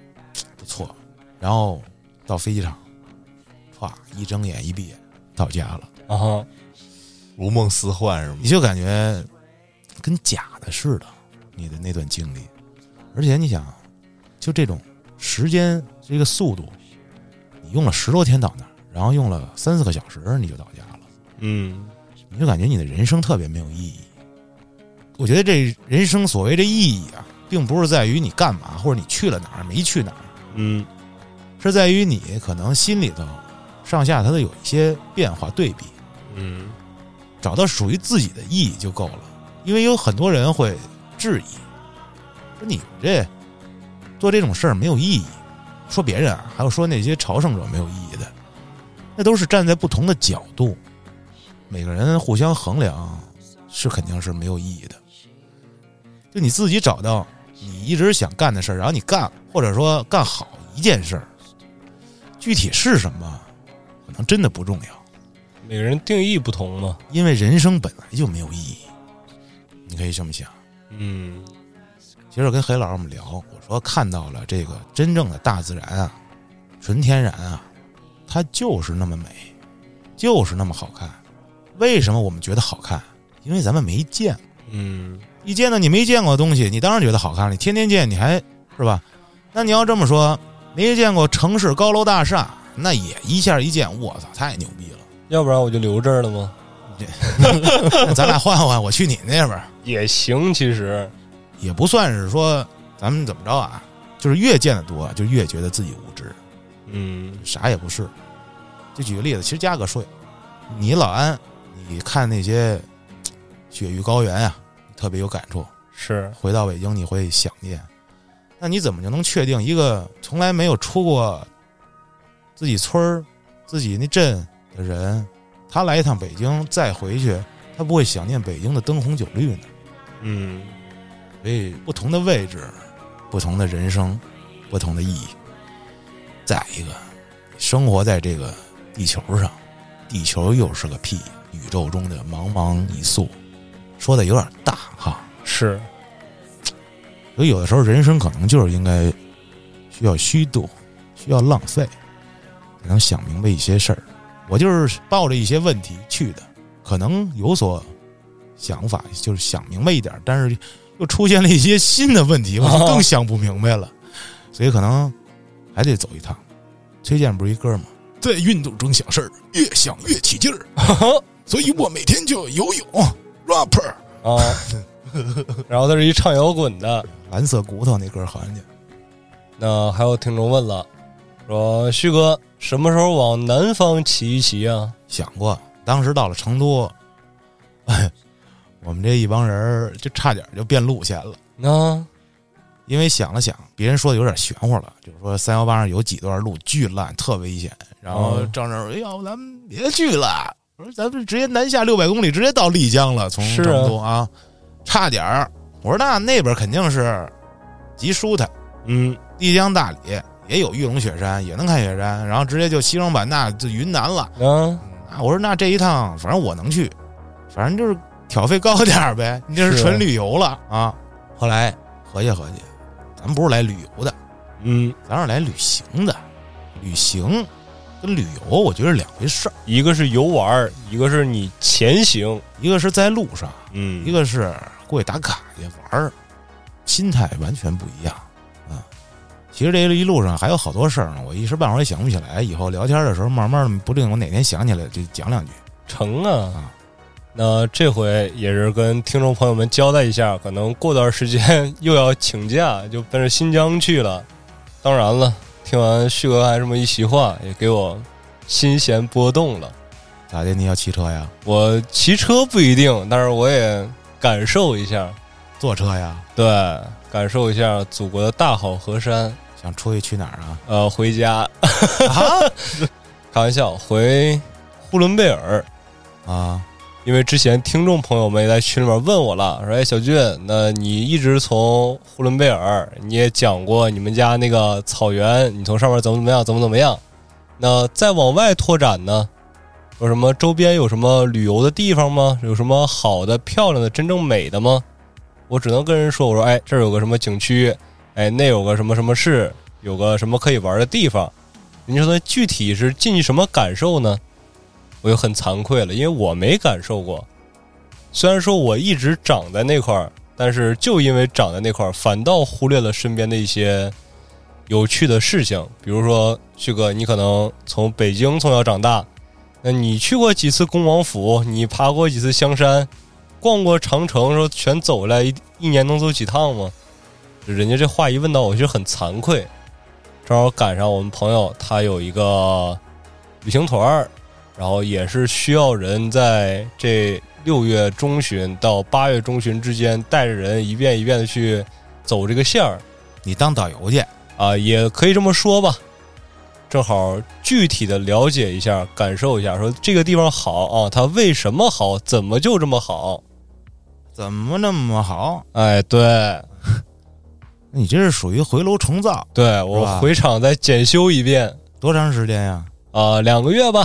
S3: 不错。然后到飞机场，歘，一睁眼一闭眼到家了，
S1: 啊，
S4: 如梦似幻是吗
S3: 你？就感觉跟假的似的，你的那段经历。而且你想，就这种时间这个速度，你用了十多天到那儿，然后用了三四个小时你就到家了，
S1: 嗯，
S3: 你就感觉你的人生特别没有意义。我觉得这人生所谓的意义啊，并不是在于你干嘛或者你去了哪儿没去哪儿，
S1: 嗯，
S3: 是在于你可能心里头上下它的有一些变化对比，
S1: 嗯，
S3: 找到属于自己的意义就够了。因为有很多人会质疑，说你这做这种事儿没有意义，说别人啊，还有说那些朝圣者没有意义的，那都是站在不同的角度，每个人互相衡量是肯定是没有意义的。就你自己找到你一直想干的事儿，然后你干，或者说干好一件事儿，具体是什么，可能真的不重要。
S1: 每个人定义不同嘛。
S3: 因为人生本来就没有意义。你可以这么想。
S1: 嗯，
S3: 其实我跟黑老师我们聊，我说看到了这个真正的大自然啊，纯天然啊，它就是那么美，就是那么好看。为什么我们觉得好看？因为咱们没见过，
S1: 嗯，
S3: 一见到你没见过的东西，你当然觉得好看了。你天天见，你还是吧？那你要这么说，没见过城市高楼大厦，那也一下一见，我操，太牛逼了！
S1: 要不然我就留这儿了吗？
S3: 咱俩换换，我去你那边儿。
S1: 也行，其实，
S3: 也不算是说咱们怎么着啊，就是越见得多，就越觉得自己无知，
S1: 嗯，
S3: 啥也不是。就举个例子，其实加个税，你老安，你看那些嘖雪域高原啊，特别有感触。
S1: 是，
S3: 回到北京，你会想念。那你怎么就能确定一个从来没有出过自己村儿、自己那镇的人，他来一趟北京再回去，他不会想念北京的灯红酒绿呢？
S1: 嗯，
S3: 所以不同的位置，不同的人生，不同的意义。再一个，生活在这个地球上，地球又是个屁，宇宙中的茫茫一粟，说的有点大哈。
S1: 是，
S3: 所以有的时候人生可能就是应该需要虚度，需要浪费，才能想明白一些事儿。我就是抱着一些问题去的，可能有所想法，就是想明白一点儿，但是又出现了一些新的问题，我就更想不明白了，所以可能还得走一趟。崔健不是一哥们儿吗？在运动中想事儿，越想越起劲儿， 所以我每天就游泳、rapper、
S1: 啊，然后他是一唱摇滚的。
S3: 蓝色骨头那歌好像叫。
S1: 那还有听众问了，说旭哥什么时候往南方骑一骑啊？
S3: 想过，当时到了成都，哎我们这一帮人儿就差点就变路线了。
S1: 那
S3: 因为想了想，别人说的有点玄乎了，就是说三幺八上有几段路巨烂，特危险。然后
S1: 嗯
S3: 张正说：“哎要不咱们别去了，我说咱们直接南下六百公里，直接到丽江了，从
S1: 是啊
S3: 成都啊，差点儿。”我说：“那那边肯定是极舒坦，
S1: 嗯，
S3: 丽江大理也有玉龙雪山，也能看雪山，然后直接就西双版纳就云南了。”
S1: 啊，
S3: 啊，我说那这一趟反正我能去，反正就是挑费高点儿呗，你这是
S1: 是
S3: 纯旅游了啊。后来合计合计，咱们不是来旅游的，
S1: 嗯，
S3: 咱是来旅行的。旅行跟旅游我觉得是两回事儿，
S1: 一个是游玩儿，一个是你前行，
S3: 一个是在路上，
S1: 嗯，
S3: 一个是过去打卡去玩儿，心态完全不一样啊。其实这一路上还有好多事儿呢，我一时半会儿也想不起来。以后聊天的时候，慢慢的，不定我哪天想起来就讲两句。
S1: 成啊
S3: 啊。
S1: 那这回也是跟听众朋友们交代一下，可能过段时间又要请假，就奔着新疆去了。当然了，听完旭哥还这么一席话，也给我心弦波动了。
S3: 咋的？你要骑车呀？
S1: 我骑车不一定，但是我也感受一下，
S3: 坐车呀？
S1: 对，感受一下祖国的大好河山。
S3: 想出去去哪儿啊？
S1: 呃，回家， 开玩笑，回呼伦贝尔。
S3: 啊，
S1: 因为之前听众朋友们也在群里面问我了，说：“哎，小俊，那你一直从呼伦贝尔，你也讲过你们家那个草原，你从上面怎么怎么样，怎么怎么样？那再往外拓展呢？有什么周边有什么旅游的地方吗？有什么好的、漂亮的、真正美的吗？”我只能跟人说：“我说，哎，这儿有个什么景区，哎，那有个什么什么市，有个什么可以玩的地方。”您说他具体是进去什么感受呢？我就很惭愧了，因为我没感受过。虽然说我一直长在那块儿，但是就因为长在那块儿，反倒忽略了身边的一些有趣的事情。比如说，旭哥，你可能从北京从小长大，那你去过几次恭王府？你爬过几次香山？逛过长城？说全走下来一一年能走几趟吗？人家这话一问到我，我就很惭愧。正好赶上我们朋友他有一个旅行团儿，然后也是需要人在这六月中旬到八月中旬之间带着人一遍一遍的去走这个线儿
S3: 你当导游去，
S1: 啊，也可以这么说吧。正好具体的了解一下，感受一下，说这个地方好啊，它为什么好，怎么就这么好？
S3: 怎么那么好？
S1: 哎，对
S3: 你这是属于回炉重造，
S1: 对，
S3: 是
S1: 我
S3: 吧
S1: 回厂再检修一遍
S3: 多长时间呀？
S1: 啊，两个月吧。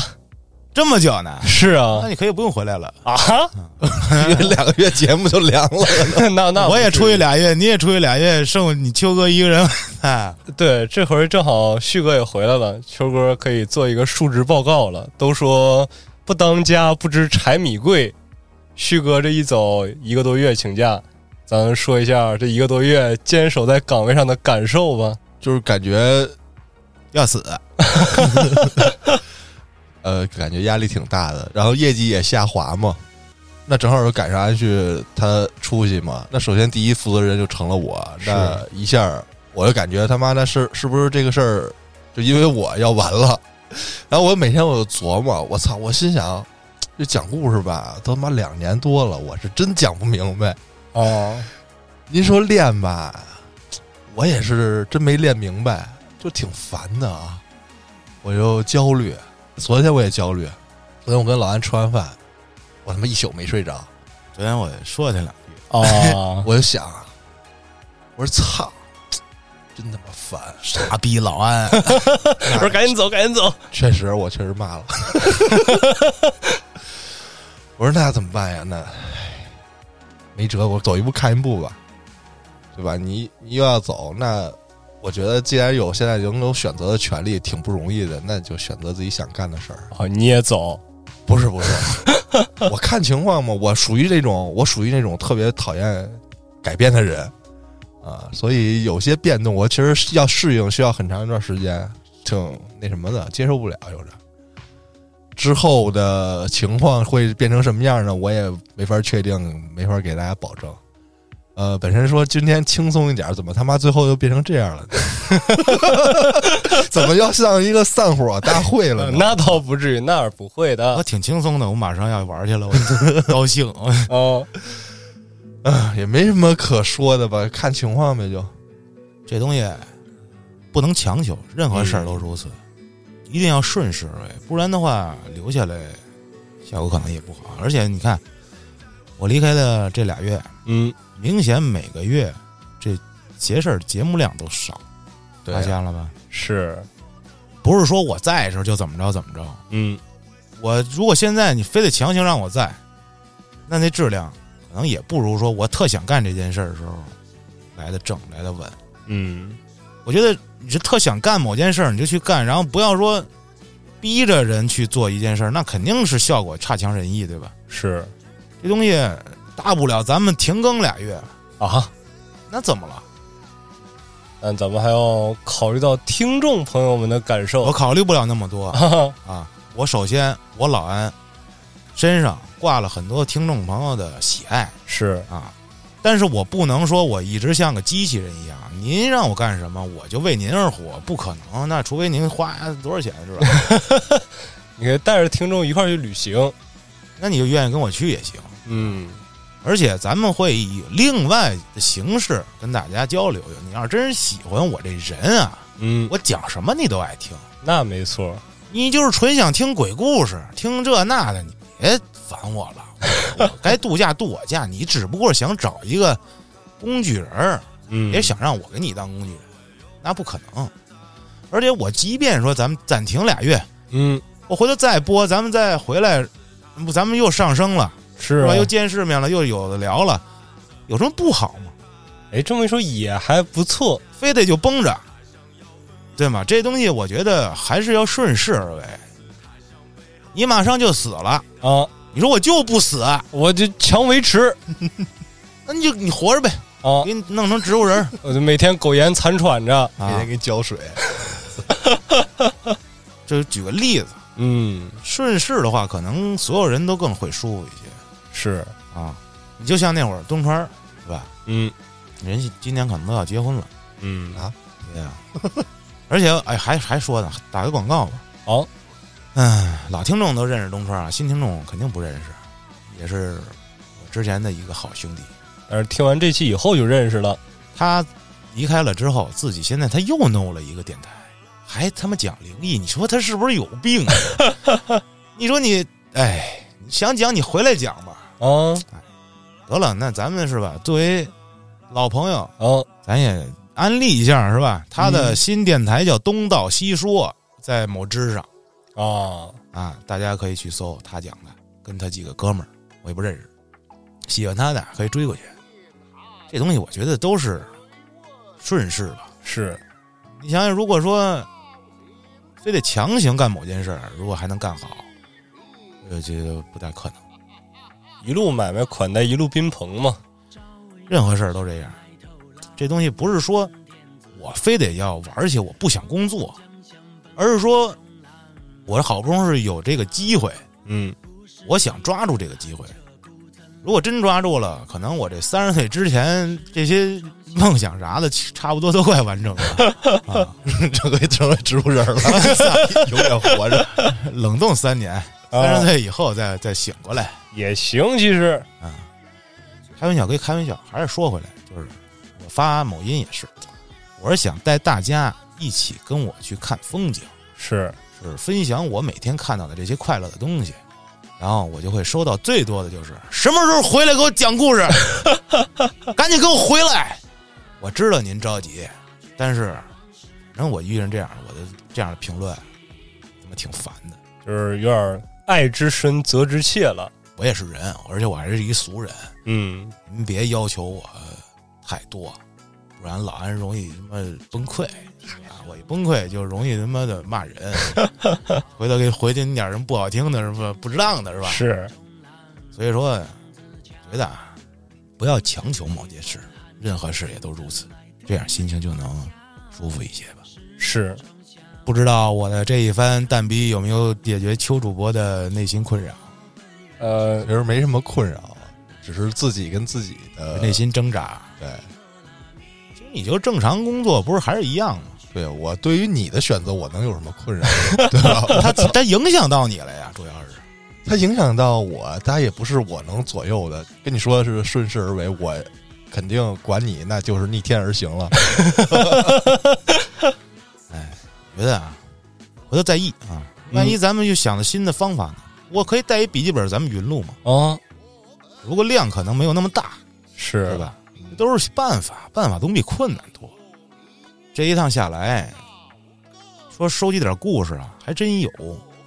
S3: 这么久呢？
S1: 是啊
S3: 那你可以不用回来了。
S1: 啊，
S4: 两个月节目就凉了。
S1: 那那
S3: 我也
S1: 不至
S3: 出
S1: 于
S3: 去俩月，你也出去俩月，剩你秋哥一个人。哎，
S1: 对，这回正好旭哥也回来了，秋哥可以做一个述职报告了。都说不当家不知柴米贵，旭哥这一走一个多月请假，咱说一下这一个多月坚守在岗位上的感受吧。
S4: 就是感觉
S3: 要死！
S4: 呃，感觉压力挺大的，然后业绩也下滑嘛。那正好就赶上安旭他出去嘛。那首先第一负责人就成了我，那一下我就感觉他妈那是是不是这个事儿就因为我要完了？然后我每天我就琢磨，我操，我心想，这讲故事吧，都他妈两年多了，我是真讲不明白。
S1: 哦，
S4: 您说练吧，我也是真没练明白，就挺烦的啊，我就焦虑。昨天我也焦虑，昨天我跟老安吃完饭，我他妈一宿没睡着，
S3: 昨天我说去了，
S1: 哦，
S4: 我就想，我说操，真他妈烦！
S3: 傻逼老安，
S1: 我 说赶紧走，赶紧走。
S4: 确实，我确实骂了。 我说那怎么办呀？那唉没辙，我走一步看一步吧，对吧？你你又要走，那我觉得既然有现在能有选择的权利，挺不容易的，那就选择自己想干的事儿。
S1: 哦，你也走
S4: 不是不是，我看情况嘛，我属于这种，我属于那种特别讨厌改变的人啊，所以有些变动我其实是要适应需要很长一段时间，挺那什么的，接受不了有点。之后的情况会变成什么样呢？我也没法确定，没法给大家保证。呃，本身说今天轻松一点，怎么他妈最后又变成这样了呢？怎么要像一个散伙大会了
S1: 呃
S4: 呢？
S1: 那倒不至于，那儿不会
S3: 我
S1: 的。
S3: 挺轻松的，我马上要玩去了，我 高兴。
S1: 哦，
S4: 啊，也没什么可说的吧，看情况呗就。
S3: 这东西不能强求，任何事儿都如此，
S4: 嗯
S3: 一定要顺势而为，不然的话留下来效果可能也不好。而且你看，我离开的这俩月，
S1: 嗯，
S3: 明显每个月这邪事儿节目量都少，
S4: 对
S3: 发
S4: 啊、
S3: 现了吧？
S1: 是，
S3: 不是说我在的时候就怎么着怎么着，
S1: 嗯，
S3: 我如果现在你非得强行让我在，那那质量可能也不如说我特想干这件事儿的时候来的正来的稳。
S1: 嗯，
S3: 我觉得你是特想干某件事儿，你就去干，然后不要说逼着人去做一件事儿，那肯定是效果差强人意，对吧？
S1: 是
S3: 这东西大不了咱们停更俩月，
S1: 啊。
S3: 那怎么了？
S1: 但咱们还要考虑到听众朋友们的感
S3: 我
S1: 受。
S3: 考虑不了那么 多
S1: 哈，
S3: 啊！我首先我老安身上挂了很多听众朋友的喜爱
S1: 是，
S3: 啊，但是我不能说我一直像个机器人一样，您让我干什么我就为您而活，不可能。那除非您花多少钱是吧？
S1: 你可以带着听众一块儿去旅行。
S3: 那你就愿意跟我去也行。
S1: 嗯，
S3: 而且咱们会以另外的形式跟大家交流。你要是真是喜欢我这人啊，
S1: 嗯，
S3: 我讲什么你都爱听。
S1: 那没错。
S3: 你就是纯想听鬼故事，听这那的，你别烦我了。我我该度假度我假，你只不过想找一个工具人儿，
S1: 嗯，
S3: 别想让我给你当工具人，那不可能。而且我即便说咱们暂停俩月，
S1: 嗯，
S3: 我回头再播，咱们再回来，不咱们又上升了，
S1: 是
S3: 是吧？
S1: 啊
S3: 又。见世面了，又有的聊了，有什么不好吗？
S1: 哎，这么一说也还不错。
S3: 非得就绷着，对吗？这东西我觉得还是要顺势而为。你马上就死了，
S1: 啊，
S3: 你说我就不死，
S1: 我就强维持
S3: 那你就你活着呗，
S1: 啊，
S3: 给你弄成植物人儿
S1: 我就每天苟延残喘着。
S4: 每
S3: 啊
S4: 天。给你浇水，
S3: 就举个例子，
S1: 嗯，
S3: 顺势的话，可能所有人都更会舒服一些
S1: 是，
S3: 啊。你就像那会儿东川儿，是吧？
S1: 嗯
S3: 人家今年可能都要结婚了，
S1: 嗯
S4: 啊
S3: 对呀、而且哎，还还说呢，打个广告吧。
S1: 好，
S3: 嗯，老听众都认识东川啊，新听众肯定不认识，也是我之前的一个好兄弟。
S1: 但是听完这期以后就认识了。
S3: 他离开了之后，自己现在他又弄了一个电台，还他妈讲灵异，你说他是不是有病啊？ 你说你，哎，你想讲你回来讲吧。
S1: 啊
S3: 得了，那咱们是吧？作为老朋友，
S1: 啊，
S3: 咱也安利一下是吧？他的新电台叫《东道西说》，在某知上
S1: 啊，
S3: 啊，大家可以去搜他讲的，跟他几个哥们儿，我也不认识，喜欢他的可以追过去。这东西我觉得都是顺势吧。
S1: 是，
S3: 你想想，如果说非得强行干某件事儿，如果还能干好，我觉得不太可能。
S1: 一路买卖款待一路宾朋嘛。
S3: 任何事儿都这样，这东西不是说我非得要玩儿去，我不想工作，而是说我好不容易有这个机会，
S1: 嗯，
S3: 我想抓住这个机会。如果真抓住了，可能我这三十岁之前这些梦想啥的，差不多都快完成了。啊，
S4: 这个成为植物人了，永远活着。
S3: 冷冻三年，三十
S1: 啊
S3: 岁以后再再醒过来。
S1: 也行，其实
S3: 开玩笑归开玩笑，还是说回来，就是我发某音也是，我是想带大家一起跟我去看风景，
S1: 是，
S3: 是分享我每天看到的这些快乐的东西，然后我就会收到最多的就是什么时候回来给我讲故事，赶紧给我回来！我知道您着急，但是反正我遇上这样我的这样的评论，他妈挺烦的。
S1: 就是有点爱之深责之切了。
S3: 我也是人，而且我还是一俗人。
S1: 嗯，
S3: 您别要求我太多，不然老安容易他妈崩溃啊！我一崩溃就容易他妈的骂人，回头给回去你点儿什么不好听的、什么不值当的，是吧？
S1: 是，
S3: 所以说，觉得啊，不要强求某件事，任何事也都如此，这样心情就能舒服一些吧。
S1: 是，
S3: 不知道我的这一番蛋逼有没有解决邱主播的内心困扰、
S1: 呃
S4: 其，实没什么困扰，只是自己跟自己的
S3: 内心挣扎？
S4: 呃对。
S3: 其实你就正常工作，不是还是一样吗？
S4: 对我对于你的选择，我能有什么困扰？ 对吧？
S3: 它它影响到你了呀，主要是。
S4: 它影响到我，它也不是我能左右的。跟你说的是顺势而为，我肯定管你那就是逆天而行了。
S3: 觉得啊，回头再议啊，万一咱们又想了新的方法呢？我可以带一笔记本，咱们云录嘛。
S1: 啊，
S3: 只不过量可能没有那么大，
S1: 是
S3: 对？吧？都是办法，办法总比困难多。这一趟下来，说收集点故事啊，还真有。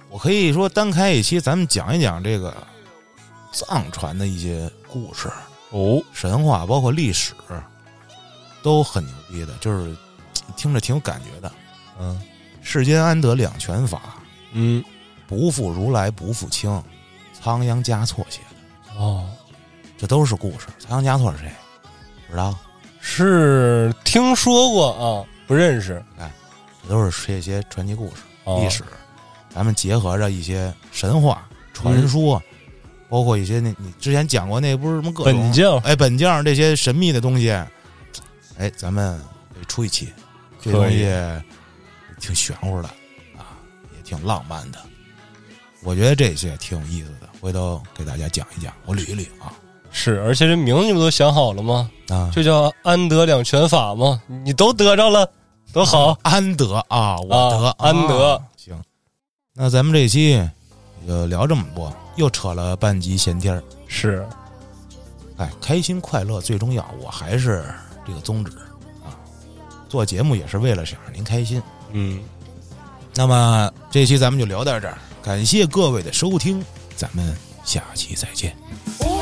S3: 我可以说单开一期，咱们讲一讲这个藏传的一些故事哦，神话包括历史，都很牛逼的，就是听着挺有感觉的。
S4: 嗯，
S3: 世间安得两全法，
S1: 嗯，
S3: 不负如来不负卿，仓央嘉措写的，
S1: 哦，
S3: 这都是故事。仓央嘉措是谁？不知道，
S1: 是听说过啊，不认识。
S3: 这都是这些传奇故事、
S1: 哦
S3: 历史，咱们结合着一些神话、传说，
S1: 嗯
S3: 包括一些那你之前讲过那不是什么各种
S1: 本将
S3: 哎本将这些神秘的东西，哎，咱们得出一期，这东
S1: 可以
S3: 西挺玄乎的啊，也挺浪漫的。我觉得这些挺有意思的，回头给大家讲一讲，我捋一捋啊
S1: 是，而且这名字你们都想好了吗？
S3: 啊，
S1: 就叫安德两全法嘛，你都得着了，多好！
S3: 安德啊，我得、
S1: 啊安德
S3: 啊行，那咱们这期也就聊这么多，又扯了半集闲天儿。
S1: 是，
S3: 哎，开心快乐最重要，我还是这个宗旨啊。做节目也是为了想让您开心。
S1: 嗯，
S3: 那么这期咱们就聊到这儿，感谢各位的收听，咱们下期再见。
S5: 我